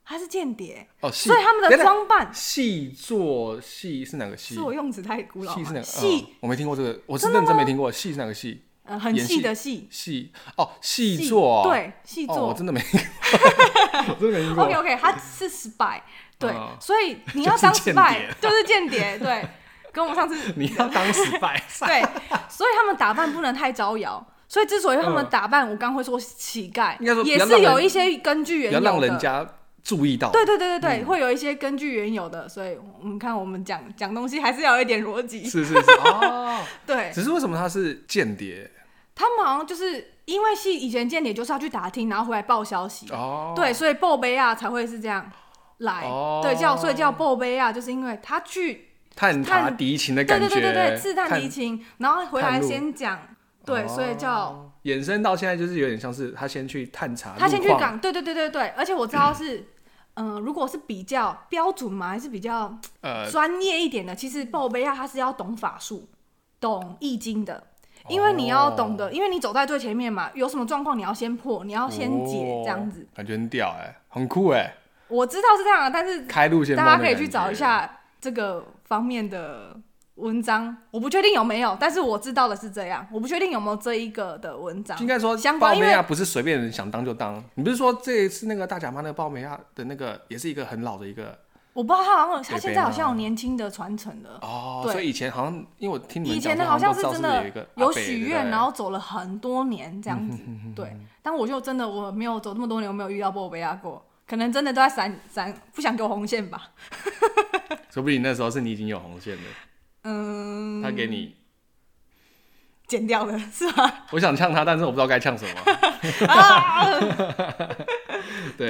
Speaker 2: 他是间谍，
Speaker 1: 哦，细
Speaker 2: 所以他们的
Speaker 1: 等等
Speaker 2: 装扮
Speaker 1: 细作细是哪个细
Speaker 2: 是？我用词太古老
Speaker 1: 细是哪
Speaker 2: 了，
Speaker 1: 个？
Speaker 2: 细
Speaker 1: 嗯我没听过这个，我是认真没听过。细是哪个细？
Speaker 2: 呃很
Speaker 1: 演
Speaker 2: 细
Speaker 1: 戏
Speaker 2: 的细，
Speaker 1: 细哦，细
Speaker 2: 细
Speaker 1: 作哦
Speaker 2: 对细
Speaker 1: 哦，我
Speaker 2: 作
Speaker 1: 真的没
Speaker 2: <laughs>
Speaker 1: 听过，我真的没听
Speaker 2: OK
Speaker 1: 过。
Speaker 2: OK，他是 spy，对
Speaker 1: 嗯，
Speaker 2: 所以你要当
Speaker 1: 就是间
Speaker 2: spy
Speaker 1: 谍
Speaker 2: 就是间谍，对，跟我
Speaker 1: <laughs>
Speaker 2: 们上次
Speaker 1: 你要当失
Speaker 2: <laughs>
Speaker 1: 败，
Speaker 2: 对，所以他们打扮不能太招摇。所以之所以他们
Speaker 1: 嗯
Speaker 2: 打扮，我刚会说乞丐
Speaker 1: 应该说，
Speaker 2: 也
Speaker 1: 不要
Speaker 2: 是
Speaker 1: 让人
Speaker 2: 有一些根据
Speaker 1: 不
Speaker 2: 缘
Speaker 1: <laughs> 要
Speaker 2: 由
Speaker 1: 让人
Speaker 2: 的。
Speaker 1: 家嗯注意到。
Speaker 2: 对对对对对，会有一些根据缘由的。所以我们看我们讲讲东西还是要有一点逻辑。
Speaker 1: <laughs> 是是是哦，
Speaker 2: 对，
Speaker 1: 只是为什么他是间谍
Speaker 2: 他们好像就是因为是以前间谍就是要去打听，然后回来报消息。
Speaker 1: 哦？
Speaker 2: 对，所以鲍贝亚才会是这样来。
Speaker 1: 哦
Speaker 2: 对，叫所以叫鲍贝亚，就是因为他去
Speaker 1: 探查
Speaker 2: 探
Speaker 1: 敌情的
Speaker 2: 对
Speaker 1: 感
Speaker 2: 对
Speaker 1: 觉，
Speaker 2: 对对对刺探
Speaker 1: 探
Speaker 2: 敌情，然后回来
Speaker 1: 探路
Speaker 2: 先讲。对，所以叫
Speaker 1: 哦衍生到现在就是有点像是他先去探查路况，
Speaker 2: 他先去港，对对对对对，而且我知道是， <clears throat> 嗯、如果是比较标准嘛，还是比较
Speaker 1: 呃，
Speaker 2: 专业一点的，其实鲍贝亚他是要懂法术、懂易经的，
Speaker 1: 哦
Speaker 2: 因为你要懂得，因为你走在最前面嘛，有什么状况你要先破，你要先解
Speaker 1: 哦
Speaker 2: 这样子。，
Speaker 1: 感觉很屌哎，很酷哎，
Speaker 2: 我知道是这样啊，但是
Speaker 1: 开路先锋的
Speaker 2: 大家可以
Speaker 1: 感
Speaker 2: 去
Speaker 1: 觉
Speaker 2: 找一。下这个方面的文章，我不确定有没有，但是我知道的是这样，我不确定有没有这一个的文章
Speaker 1: 应该说，啊
Speaker 2: 相
Speaker 1: 鲍
Speaker 2: 关，因
Speaker 1: 梅
Speaker 2: 为
Speaker 1: 亚不是随便人想当就当。你不是说这一次那个大甲妈那个鲍梅亚的那个，也是一个很老的一个
Speaker 2: 我不知道他好像他
Speaker 1: 北啊
Speaker 2: 现
Speaker 1: 北
Speaker 2: 在好
Speaker 1: 吗
Speaker 2: 像有年轻的传承了。
Speaker 1: 哦，
Speaker 2: 对
Speaker 1: 所以以前好像，因为我听你们
Speaker 2: 以
Speaker 1: 讲说
Speaker 2: 前的好像
Speaker 1: 都
Speaker 2: 是
Speaker 1: 知道
Speaker 2: 真
Speaker 1: 有
Speaker 2: 的
Speaker 1: 一个
Speaker 2: 有
Speaker 1: 阿伯
Speaker 2: 许
Speaker 1: 对不
Speaker 2: 愿，
Speaker 1: 对嗯
Speaker 2: 然后走了很多年这样子，对。但我就真的我没有走这么多年，我没有遇到波贝亚啊过，可能真的都在闪闪，不想给我红线吧。
Speaker 1: 说不定那时候是你已经有红线了，
Speaker 2: 嗯，
Speaker 1: 他给你，
Speaker 2: 剪掉了是吧？ <laughs>
Speaker 1: 我想呛他，但是我不知道该呛什么。
Speaker 2: 啊，对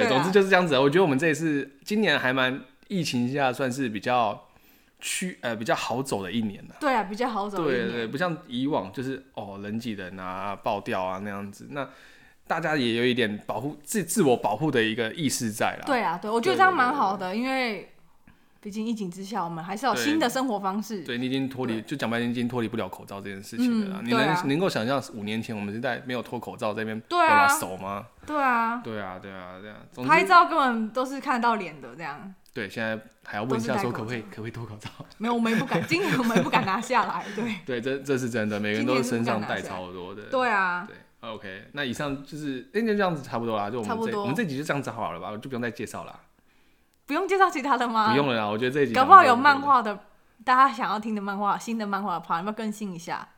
Speaker 1: <laughs> 对，
Speaker 2: 啊
Speaker 1: 总之就是这样子。我觉得我们这一次今年还蛮疫情下算是比较趋呃比较好走的一年了。
Speaker 2: 对啊，比较好走一
Speaker 1: 对
Speaker 2: 点。
Speaker 1: 对，不像以往就是哦人挤人啊、爆掉啊那样子，那大家也有一点保护自自我保护的一个意识在啦。
Speaker 2: 对啊，对，我觉得
Speaker 1: 对
Speaker 2: 这样
Speaker 1: 对
Speaker 2: 蛮
Speaker 1: 对
Speaker 2: 好的，因为毕竟疫情之下，我们还是要有
Speaker 1: 对
Speaker 2: 新的生活方式。
Speaker 1: 对你已经脱离，就讲白，你已经脱离不了口罩这件事情了啦。
Speaker 2: 嗯
Speaker 1: 你
Speaker 2: 对
Speaker 1: 能、
Speaker 2: 啊
Speaker 1: 能够想象五年前我们是在没有脱口罩这边
Speaker 2: 对啊
Speaker 1: 拉手吗？
Speaker 2: 对啊，
Speaker 1: 对啊，对啊，对啊。总
Speaker 2: 拍
Speaker 1: 之，
Speaker 2: 照根本都是看得到脸的这样。
Speaker 1: 对，现在还要问一下
Speaker 2: 都是戴
Speaker 1: 说
Speaker 2: 口
Speaker 1: 可
Speaker 2: 罩
Speaker 1: 不可以可不可以脱口罩？
Speaker 2: 没有，我们也不
Speaker 1: <laughs>
Speaker 2: 敢，今年我们也不敢拿下来。对，
Speaker 1: 对，这这是真的，每个人
Speaker 2: 今
Speaker 1: 都
Speaker 2: 天
Speaker 1: 是
Speaker 2: 是
Speaker 1: 身
Speaker 2: 不
Speaker 1: 上
Speaker 2: 敢拿
Speaker 1: 带
Speaker 2: 下
Speaker 1: 超多的。
Speaker 2: <laughs> 对啊，
Speaker 1: 对，OK，那以上就是哎，那就这样子差不多啦，就我
Speaker 2: 差不
Speaker 1: 们这
Speaker 2: 多
Speaker 1: 我们这集就这样子好了吧，我就不用再介绍啦，
Speaker 2: 不用介绍其他的吗？
Speaker 1: 不用了啦，我觉得这一集
Speaker 2: 啊搞不好
Speaker 1: 差
Speaker 2: 有
Speaker 1: 多
Speaker 2: 漫，画的，大家想要听的漫画，新的漫画的 part，要不要更新一下？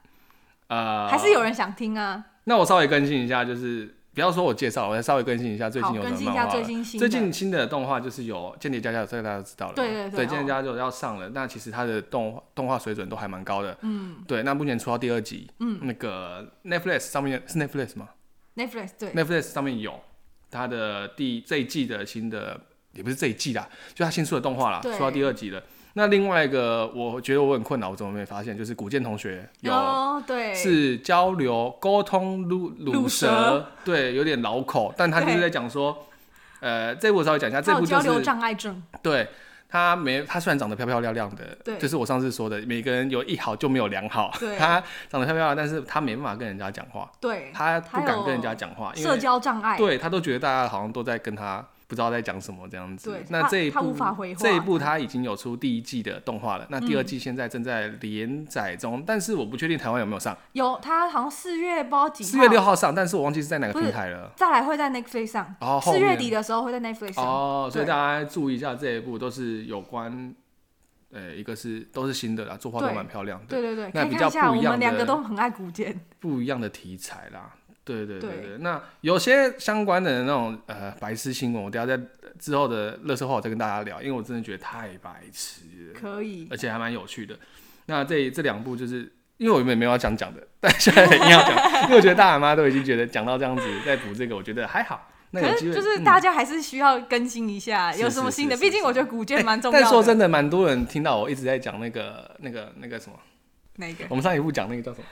Speaker 1: 呃，
Speaker 2: 还是有人想听啊？
Speaker 1: 那我稍微更新一下，就是不要说我介绍，我再稍微更新一下最近有
Speaker 2: 好
Speaker 1: 的
Speaker 2: 更
Speaker 1: 漫
Speaker 2: 新一
Speaker 1: 画
Speaker 2: 下
Speaker 1: 了。
Speaker 2: 最近新的
Speaker 1: 最近新的动画就是有《间谍家家酒》，这个大家都知道了嘛。
Speaker 2: 对对对哦
Speaker 1: 对，《间谍家家酒》要上了。那其实它的动画动画水准都还蛮高的。嗯，对。那目前出到第二集，嗯，那个 Netflix 上面是 Netflix 吗
Speaker 2: Netflix 对，
Speaker 1: ？Netflix 上面有它的第这一季的新的，也不是这一季啦，就它新出的动画啦，
Speaker 2: 对
Speaker 1: 出到第二集了。那另外一个，我觉得我很困扰，我怎么没发现？就是古剑同学有
Speaker 2: 哦对，
Speaker 1: 是交流沟通鲁
Speaker 2: 乳
Speaker 1: 鲁
Speaker 2: 蛇
Speaker 1: 蛇，对，有点老口，但他就是
Speaker 2: 对
Speaker 1: 在讲说，呃，这部我稍微讲一下，
Speaker 2: 他
Speaker 1: 这
Speaker 2: 有
Speaker 1: 部就
Speaker 2: 交流
Speaker 1: 是
Speaker 2: 障碍症，
Speaker 1: 对他没他虽然长得漂漂亮亮的，
Speaker 2: 对
Speaker 1: 就是我上次说的，每个人有一好就没有两好 <laughs>
Speaker 2: 对，
Speaker 1: 他长得漂漂亮，但是他没办法跟人家讲话，
Speaker 2: 对，
Speaker 1: 他不
Speaker 2: 他
Speaker 1: 敢
Speaker 2: 有
Speaker 1: 跟人家讲话，因
Speaker 2: 社
Speaker 1: 为
Speaker 2: 交障碍，
Speaker 1: 对他都觉得大家好像都在跟他不知道在讲什么这样子
Speaker 2: 对。
Speaker 1: 那
Speaker 2: 他
Speaker 1: 这一
Speaker 2: 他
Speaker 1: 部
Speaker 2: 无法回话嗯
Speaker 1: 这一部他已经有出第一季的动画了，那第二季现在正在连载中，但是我不确定台湾有没有上。
Speaker 2: 有他好像四月不知道几号，
Speaker 1: 四月六号上，但是我忘记是在哪个
Speaker 2: 不是
Speaker 1: 平台了。
Speaker 2: 再来会在 Netflix 上
Speaker 1: 哦，后
Speaker 2: 四
Speaker 1: 面
Speaker 2: 月底的时候会在 Netflix 上，
Speaker 1: 哦，所以
Speaker 2: 对
Speaker 1: 大家注意一下这一部都是有关，呃，一个是都是新的啦，作画都
Speaker 2: 对
Speaker 1: 蛮漂亮的，
Speaker 2: 对对对，
Speaker 1: 那
Speaker 2: 可以
Speaker 1: 比较
Speaker 2: 看一下，
Speaker 1: 不一
Speaker 2: 我
Speaker 1: 样
Speaker 2: 们两
Speaker 1: 的
Speaker 2: 个都很爱古剑，
Speaker 1: 不一样的题材啦。对对对
Speaker 2: 对
Speaker 1: 对，那有些相关的那种呃白痴新闻，我等一下在之后的乐色话我再跟大家聊，因为我真的觉得太白痴了。
Speaker 2: 可以
Speaker 1: 而且还蛮有趣的。那这这两部就是因为我们也没有要讲讲的，但现在一定要讲，因为我觉得大阿妈都已经觉得讲到这样子，再补这个，我觉得还好。那
Speaker 2: 可
Speaker 1: 有机
Speaker 2: 是
Speaker 1: 会
Speaker 2: 就是
Speaker 1: 嗯
Speaker 2: 大家还是需要更新一下，
Speaker 1: 是
Speaker 2: 有什么新的？
Speaker 1: 是是是
Speaker 2: 毕竟我觉得古
Speaker 1: 哎
Speaker 2: 建蛮重要
Speaker 1: 但
Speaker 2: 的。
Speaker 1: 说真的，蛮多人听到我一直在讲那个、那个、那个什么，
Speaker 2: 哪一个？
Speaker 1: 我们上一部讲那个叫什么，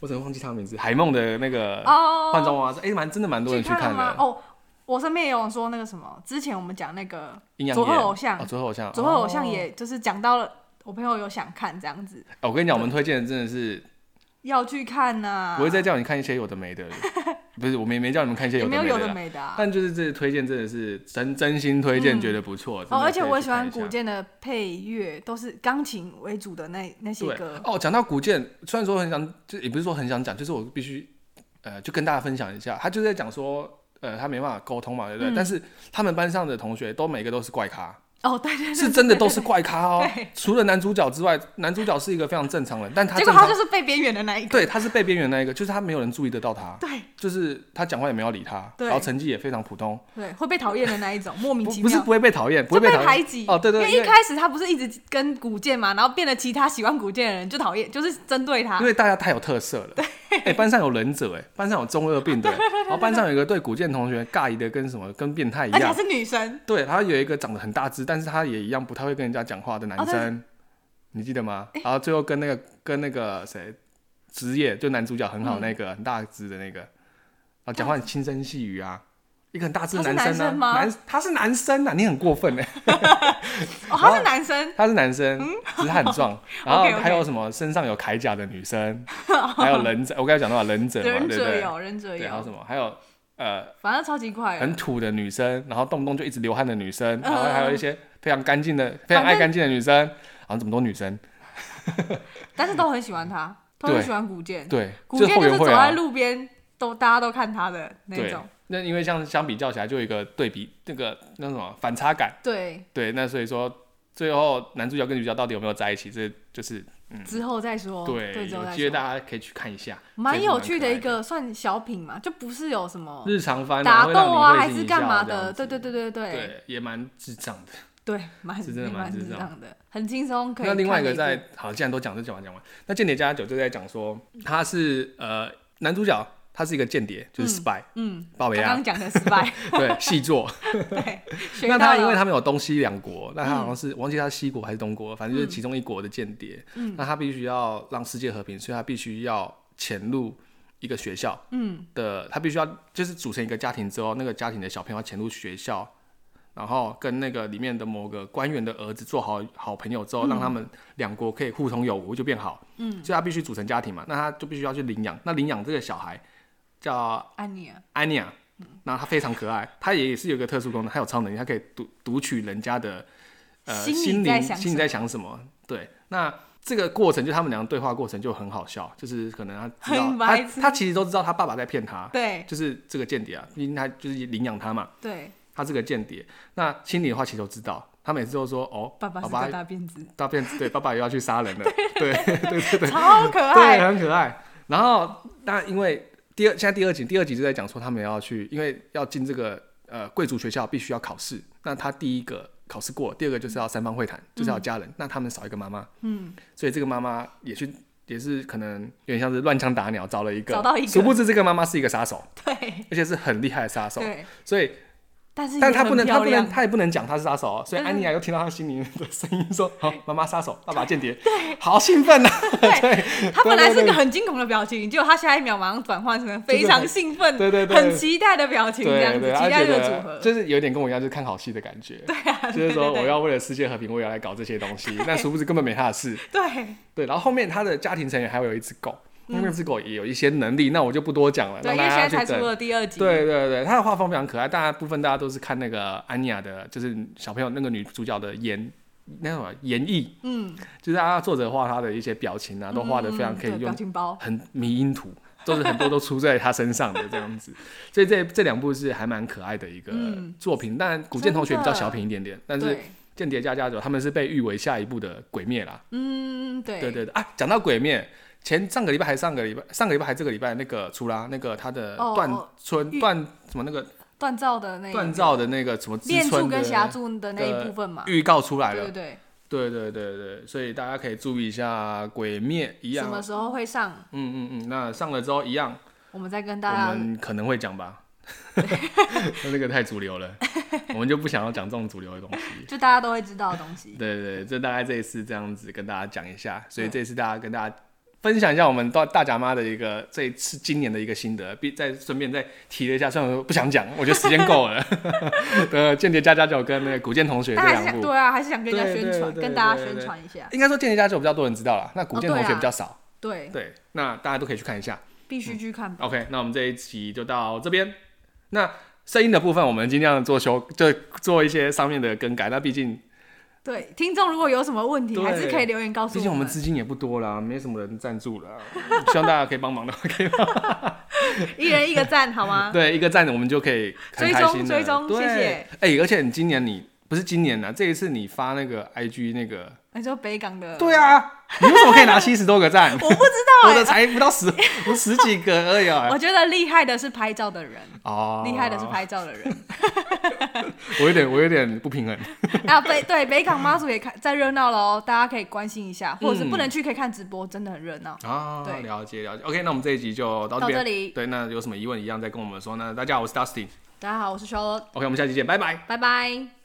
Speaker 1: 我怎么忘记他的名字？海梦的那个
Speaker 2: 哦，
Speaker 1: 换装娃娃是，哎、蛮真的蛮多人去
Speaker 2: 去看
Speaker 1: 看
Speaker 2: 了吗？
Speaker 1: 的。
Speaker 2: 哦，我身边也有说那个什么，之前我们讲那个
Speaker 1: 阴阳
Speaker 2: 左
Speaker 1: 眼
Speaker 2: 后偶像
Speaker 1: 哦，左后偶像，
Speaker 2: 左后偶像，
Speaker 1: 哦
Speaker 2: 也就是讲到了，我朋友有想看这样子，
Speaker 1: 哎我跟你讲，我们推荐的真的是
Speaker 2: 要去看呐、
Speaker 1: 不会再叫你看一些有的没的，不是，我们也没叫你们看一些
Speaker 2: 也
Speaker 1: 有
Speaker 2: <laughs> 没
Speaker 1: 的
Speaker 2: 有
Speaker 1: 没
Speaker 2: 有
Speaker 1: 的
Speaker 2: 的
Speaker 1: 啦。
Speaker 2: 没的、啊。
Speaker 1: 但就是这推荐真的是真真心推荐，
Speaker 2: 嗯
Speaker 1: 觉得不错。真的
Speaker 2: 哦，而且
Speaker 1: 可以
Speaker 2: 我也
Speaker 1: 去
Speaker 2: 喜
Speaker 1: 看
Speaker 2: 欢
Speaker 1: 一下
Speaker 2: 古剑的配乐，都是钢琴为主的那那些
Speaker 1: 对
Speaker 2: 歌。
Speaker 1: 哦，讲到古剑，虽然说很想，就也不是说很想讲，就是我必须，呃，就跟大家分享一下，他就在讲说，呃，他没办法沟通嘛，对不对？
Speaker 2: 嗯
Speaker 1: 但是他们班上的同学都每个都是怪
Speaker 2: <laughs>
Speaker 1: 咖，
Speaker 2: 哦，对对对，
Speaker 1: 是真的都是怪咖哦
Speaker 2: 对。
Speaker 1: 除了男主角之外，男主角是一个非常正常人，但他
Speaker 2: 结
Speaker 1: 正
Speaker 2: 果他
Speaker 1: 常
Speaker 2: 就，是被边缘的那一个。
Speaker 1: 对，他是被边缘那一个，就是他没有人注意得到他，
Speaker 2: 对
Speaker 1: 就是他讲话也没有理他，
Speaker 2: 对
Speaker 1: 然后成绩也非常普通，
Speaker 2: 对，会被讨厌的那一种，莫名
Speaker 1: 不
Speaker 2: 其
Speaker 1: 不是
Speaker 2: 妙。
Speaker 1: 不会被讨厌，不
Speaker 2: 就
Speaker 1: 会
Speaker 2: 被
Speaker 1: 讨
Speaker 2: 排
Speaker 1: 厌。
Speaker 2: 挤
Speaker 1: 哦对对
Speaker 2: 因为
Speaker 1: 因为
Speaker 2: 一开始他不是一直跟古剑嘛，然后变得其他喜欢古剑的人就讨厌，就是针对他
Speaker 1: 因。为大家太有特色了，哎、班上有忍者、哎，班上有中二
Speaker 2: <laughs>
Speaker 1: 病的、哎然后班上有一个对古剑同学尬一的跟什么跟变态一
Speaker 2: 而且
Speaker 1: 样
Speaker 2: 还，是女生，
Speaker 1: 对，然后有一个长得很大只，但是他也一样不太会跟人家讲话的男
Speaker 2: 哦哎对
Speaker 1: 生，你记得吗？然后最后跟那个跟那个谁，职业就男主角很好
Speaker 2: 嗯
Speaker 1: 那个、很大只的那
Speaker 2: 哦
Speaker 1: 个，啊，讲话很轻声细语啊，一个很大只的
Speaker 2: 他
Speaker 1: 男
Speaker 2: 是男
Speaker 1: 生
Speaker 2: 生
Speaker 1: 啊，
Speaker 2: 吗
Speaker 1: 男他是男生啊，你很过分哎、
Speaker 2: 哦，他是男生，
Speaker 1: 他是男生，只是他很
Speaker 2: <laughs>
Speaker 1: 壮，然后
Speaker 2: 嗯 OK，OK
Speaker 1: 还有什么身上有铠甲的女
Speaker 2: <laughs>
Speaker 1: 生，还有忍者，我刚才讲到了忍者嘛，
Speaker 2: 忍
Speaker 1: 对不
Speaker 2: 者
Speaker 1: 对？
Speaker 2: 有，忍者
Speaker 1: 对，还有什
Speaker 2: 有，
Speaker 1: 么？还有呃，
Speaker 2: 反正超级快的
Speaker 1: 很。土的女生，然后动不动就一直流汗的女生，
Speaker 2: 嗯
Speaker 1: 然后还有一些非常干净的、非常爱干净的女生，然后这么多女生，
Speaker 2: 但是都很喜欢他，都
Speaker 1: 对
Speaker 2: 很喜欢古剑。
Speaker 1: 对，
Speaker 2: 古
Speaker 1: 就
Speaker 2: 剑
Speaker 1: 后
Speaker 2: 就是
Speaker 1: 援
Speaker 2: 走
Speaker 1: 会
Speaker 2: 在
Speaker 1: 啊，
Speaker 2: 路边都大家都看他的那
Speaker 1: 对
Speaker 2: 种。。
Speaker 1: 那因为像相比较起来，就有一个对比，那个那什么反差感，
Speaker 2: 对，
Speaker 1: 对。那所以说，最后男主角跟女主角到底有没有在一起，这就是
Speaker 2: 之后再说。
Speaker 1: 对，
Speaker 2: 哦之后
Speaker 1: 有
Speaker 2: 再
Speaker 1: 机会
Speaker 2: 说。
Speaker 1: 大家可以去看一下，
Speaker 2: 蛮有趣的一
Speaker 1: 这部蛮可爱
Speaker 2: 个算小品嘛，就不是有什么
Speaker 1: 的日常番
Speaker 2: 打斗啊还是干
Speaker 1: 干
Speaker 2: 嘛的，对对对对对
Speaker 1: 对，也蛮智障的。
Speaker 2: 对，蛮
Speaker 1: 是真的蛮
Speaker 2: 蛮
Speaker 1: 智
Speaker 2: 智
Speaker 1: 障
Speaker 2: 障的，很轻松 <laughs> 可以
Speaker 1: 那
Speaker 2: 看的部。
Speaker 1: 另外一个在好，既然都讲这讲完讲完，那间谍家家酒就在讲说他是呃男主角，他是一个间谍，就是 spy，
Speaker 2: 嗯，
Speaker 1: 鲍
Speaker 2: 我
Speaker 1: 维
Speaker 2: 刚
Speaker 1: 亚
Speaker 2: 刚讲的失
Speaker 1: <laughs>
Speaker 2: 败，
Speaker 1: 对细作。
Speaker 2: 对，学
Speaker 1: 那
Speaker 2: 到
Speaker 1: 他因为
Speaker 2: 了
Speaker 1: 他们有东西两国，那他好像是忘记他是西国还是东国，反正就是其中一国的间谍。
Speaker 2: 嗯
Speaker 1: 那他必须要让世界和平，所以他必须要潜入一个学校
Speaker 2: 嗯
Speaker 1: 的，他必须要就是组成一个家庭之后，那个家庭的小朋友要潜入学校。然后跟那个里面的某个官员的儿子做好好朋友之后，让他们两国可以互通有无，就变好。
Speaker 2: 嗯，
Speaker 1: 所以他必须组成家庭嘛，那他就必须要去领养。那领养这个小孩叫
Speaker 2: 安妮啊，
Speaker 1: 安妮亚，那他非常可爱，他也是有一个特殊功能，他有超能力，他可以读读取人家的呃
Speaker 2: 心
Speaker 1: 心
Speaker 2: 里在
Speaker 1: 灵
Speaker 2: 想
Speaker 1: 心里
Speaker 2: 什
Speaker 1: 在
Speaker 2: 么
Speaker 1: 想什么。对，那这个过程就他们两个对话过程就很好笑，就是可能他知道
Speaker 2: 很
Speaker 1: 他
Speaker 2: 白痴
Speaker 1: 他其实都知道他爸爸在骗他，
Speaker 2: 对
Speaker 1: 就是这个间谍啊，因为他就是领养他嘛，
Speaker 2: 对，
Speaker 1: 他是个间谍，那心里的话其实都知道。他每次都说哦，
Speaker 2: 爸爸
Speaker 1: 好
Speaker 2: 是
Speaker 1: 吧
Speaker 2: 个，大辫子，
Speaker 1: 大骗子，对，爸爸又要去杀
Speaker 2: <laughs>
Speaker 1: 人了，对，
Speaker 2: 超可
Speaker 1: 对，
Speaker 2: 爱，
Speaker 1: 很可爱。然后那因为第二现在第二集，第二集就在讲说他们要去，因为要进这个呃贵族学校，必须要考试。那他第一个考试过，第二个就是要三方会谈，就是要有家人。那他们少一个妈妈，
Speaker 2: 嗯，
Speaker 1: 所以这个妈妈也去。也是可能有点像是乱枪打鸟，找了一个，
Speaker 2: 找到一个
Speaker 1: 殊不知这个妈妈是一个杀手，
Speaker 2: 对
Speaker 1: 而且是很厉害的杀手，
Speaker 2: 对，
Speaker 1: 所以，
Speaker 2: 但是
Speaker 1: 但
Speaker 2: 也
Speaker 1: 她不
Speaker 2: 很
Speaker 1: 能，她
Speaker 2: 漂
Speaker 1: 不
Speaker 2: 亮嗯
Speaker 1: 能，她也不能讲她是杀手哦，所以
Speaker 2: 对对
Speaker 1: 安妮亚又听到她心里面的声音
Speaker 2: <laughs>
Speaker 1: 说：“好、妈妈杀手，爸爸间谍，好兴奋啊！”对，
Speaker 2: 他本来是
Speaker 1: 对
Speaker 2: 个很惊恐的表情，结果他下一秒马上转换成非常兴奋、
Speaker 1: 对对对
Speaker 2: 很期待的表情，这
Speaker 1: <laughs>
Speaker 2: 样
Speaker 1: 对
Speaker 2: 子
Speaker 1: 对，
Speaker 2: 期
Speaker 1: 他觉
Speaker 2: 待这个
Speaker 1: 得
Speaker 2: 组合。
Speaker 1: 就是有点跟我一样，就是看好戏的感觉。对啊， <laughs> 就是说
Speaker 2: 对对对
Speaker 1: 我要为了世界和平，我也要来搞这些
Speaker 2: <laughs>
Speaker 1: 东西。那殊不知根本没他的事。
Speaker 2: 对
Speaker 1: 对，然后后面他的家庭成员还会有一只狗，那那只狗也有一些能力，那我就不多讲了，
Speaker 2: 嗯
Speaker 1: 让
Speaker 2: 对，因为现
Speaker 1: 大
Speaker 2: 在
Speaker 1: 家
Speaker 2: 才
Speaker 1: 去
Speaker 2: 出
Speaker 1: 等。
Speaker 2: 了第二集，
Speaker 1: 对对对，他的画风非常可爱，大家部分大家都是看那个安妮亚的，就是小朋友那个女主角的演那什么演绎，
Speaker 2: 嗯，
Speaker 1: 就是他作者画他的一些表情啊，都画的非常可
Speaker 2: 嗯
Speaker 1: 以
Speaker 2: 对表
Speaker 1: 用
Speaker 2: 情包，
Speaker 1: 很迷因图，都是很多都出在他身上的这样子，所以这这两部是还蛮可爱的一个
Speaker 2: 嗯
Speaker 1: 作品。当然，古剑同学比较
Speaker 2: 真的
Speaker 1: 小品一点点，但是《
Speaker 2: 对，
Speaker 1: 间谍加加酒》他们是被誉为下一部的《鬼灭》啦。
Speaker 2: 嗯，对
Speaker 1: 对对对啊，讲到《鬼灭》，前上个礼拜还上个礼拜，上个礼拜还这个礼拜那个出啦，那个他的
Speaker 2: 哦
Speaker 1: 段
Speaker 2: 哦
Speaker 1: 村
Speaker 2: 玉
Speaker 1: 段什么那个
Speaker 2: 锻造的那一
Speaker 1: 段照的那个什么之
Speaker 2: 练
Speaker 1: 村
Speaker 2: 柱
Speaker 1: 的
Speaker 2: 跟霞柱的那一部分嘛，
Speaker 1: 预告出来
Speaker 2: 对对
Speaker 1: 了，对
Speaker 2: 对，
Speaker 1: 对对对，所以大家可以注意一下《鬼灭》一
Speaker 2: 什
Speaker 1: 样，
Speaker 2: 么时候会上，
Speaker 1: 嗯嗯嗯，那上了之后一样，
Speaker 2: 我们再跟大
Speaker 1: 我
Speaker 2: 家
Speaker 1: 们可能会讲吧。 <laughs> 那个太主流了，我们就不想要讲这种主流的东西。
Speaker 2: 就大家都会知道的东西。
Speaker 1: 对对，对这大概这一次这样子跟大家讲一下，所以
Speaker 2: 对
Speaker 1: 这一次大家跟大家分享一下我们到大甲妈的一个这一次今年的一个心得，并再顺便再提了一下，虽然我不想讲，我觉得时间够了。 <laughs> 对，《间谍加加酒》跟那个《古剑同学》这
Speaker 2: 但还是
Speaker 1: 两
Speaker 2: 想
Speaker 1: 部，
Speaker 2: 对啊，还是想跟人家
Speaker 1: 对
Speaker 2: 宣
Speaker 1: 对
Speaker 2: 传，
Speaker 1: 对
Speaker 2: 跟
Speaker 1: 对
Speaker 2: 大家
Speaker 1: 对
Speaker 2: 宣
Speaker 1: 对
Speaker 2: 传一下。
Speaker 1: 应该说《间谍加加酒》比较多人知道了，那《古剑
Speaker 2: 哦对
Speaker 1: 同学》
Speaker 2: 啊
Speaker 1: 比较少。
Speaker 2: 对，
Speaker 1: 对，那大家都可以去看一下。
Speaker 2: 必须去看。
Speaker 1: OK，那我们这一期就到这边。那声音的部分，我们尽量做修，就做一些上面的更改。那毕竟，
Speaker 2: 对，听众如果有什么问题，
Speaker 1: 对
Speaker 2: 还是可以留言告诉
Speaker 1: 毕竟
Speaker 2: 我
Speaker 1: 我们
Speaker 2: 们。
Speaker 1: 资金也不多啦，没什么人赞助啦， <laughs> 希望大家可以帮忙的话，
Speaker 2: <laughs>
Speaker 1: 可以帮忙。
Speaker 2: 一人一个赞，好吗？
Speaker 1: 对，一个赞我们就可以很开心的。
Speaker 2: 追踪追踪
Speaker 1: 对
Speaker 2: 谢谢
Speaker 1: 哎、而且你今年你不是今年啊，这一次你发那
Speaker 2: <laughs>
Speaker 1: 个 IG 那个，
Speaker 2: 你说北港的，
Speaker 1: 对啊，你为什么可以
Speaker 2: <laughs>
Speaker 1: 拿七十多个赞？
Speaker 2: 我不知
Speaker 1: 我
Speaker 2: 道哎、
Speaker 1: 的才不到十， <laughs> 我十几个而已啊。
Speaker 2: <laughs> 我觉得厉害的是拍照的人，
Speaker 1: 哦，
Speaker 2: 厉害的是，拍照的人。
Speaker 1: 我有点，我有点不平衡。
Speaker 2: <laughs> 啊，北对北港妈祖也看在热闹喽，大家可以关心一下，或者是不能去可以看直播，真的很热闹。
Speaker 1: 啊，
Speaker 2: 对
Speaker 1: 了解了解。OK，那我们这一集就到这
Speaker 2: 到
Speaker 1: 边。
Speaker 2: 这里
Speaker 1: 对，那有什么疑问一样再跟我们说。那大家好，我是 Dustin。
Speaker 2: 大家好，我是 Charlotte，
Speaker 1: OK，我们下期见，拜拜。
Speaker 2: 拜拜。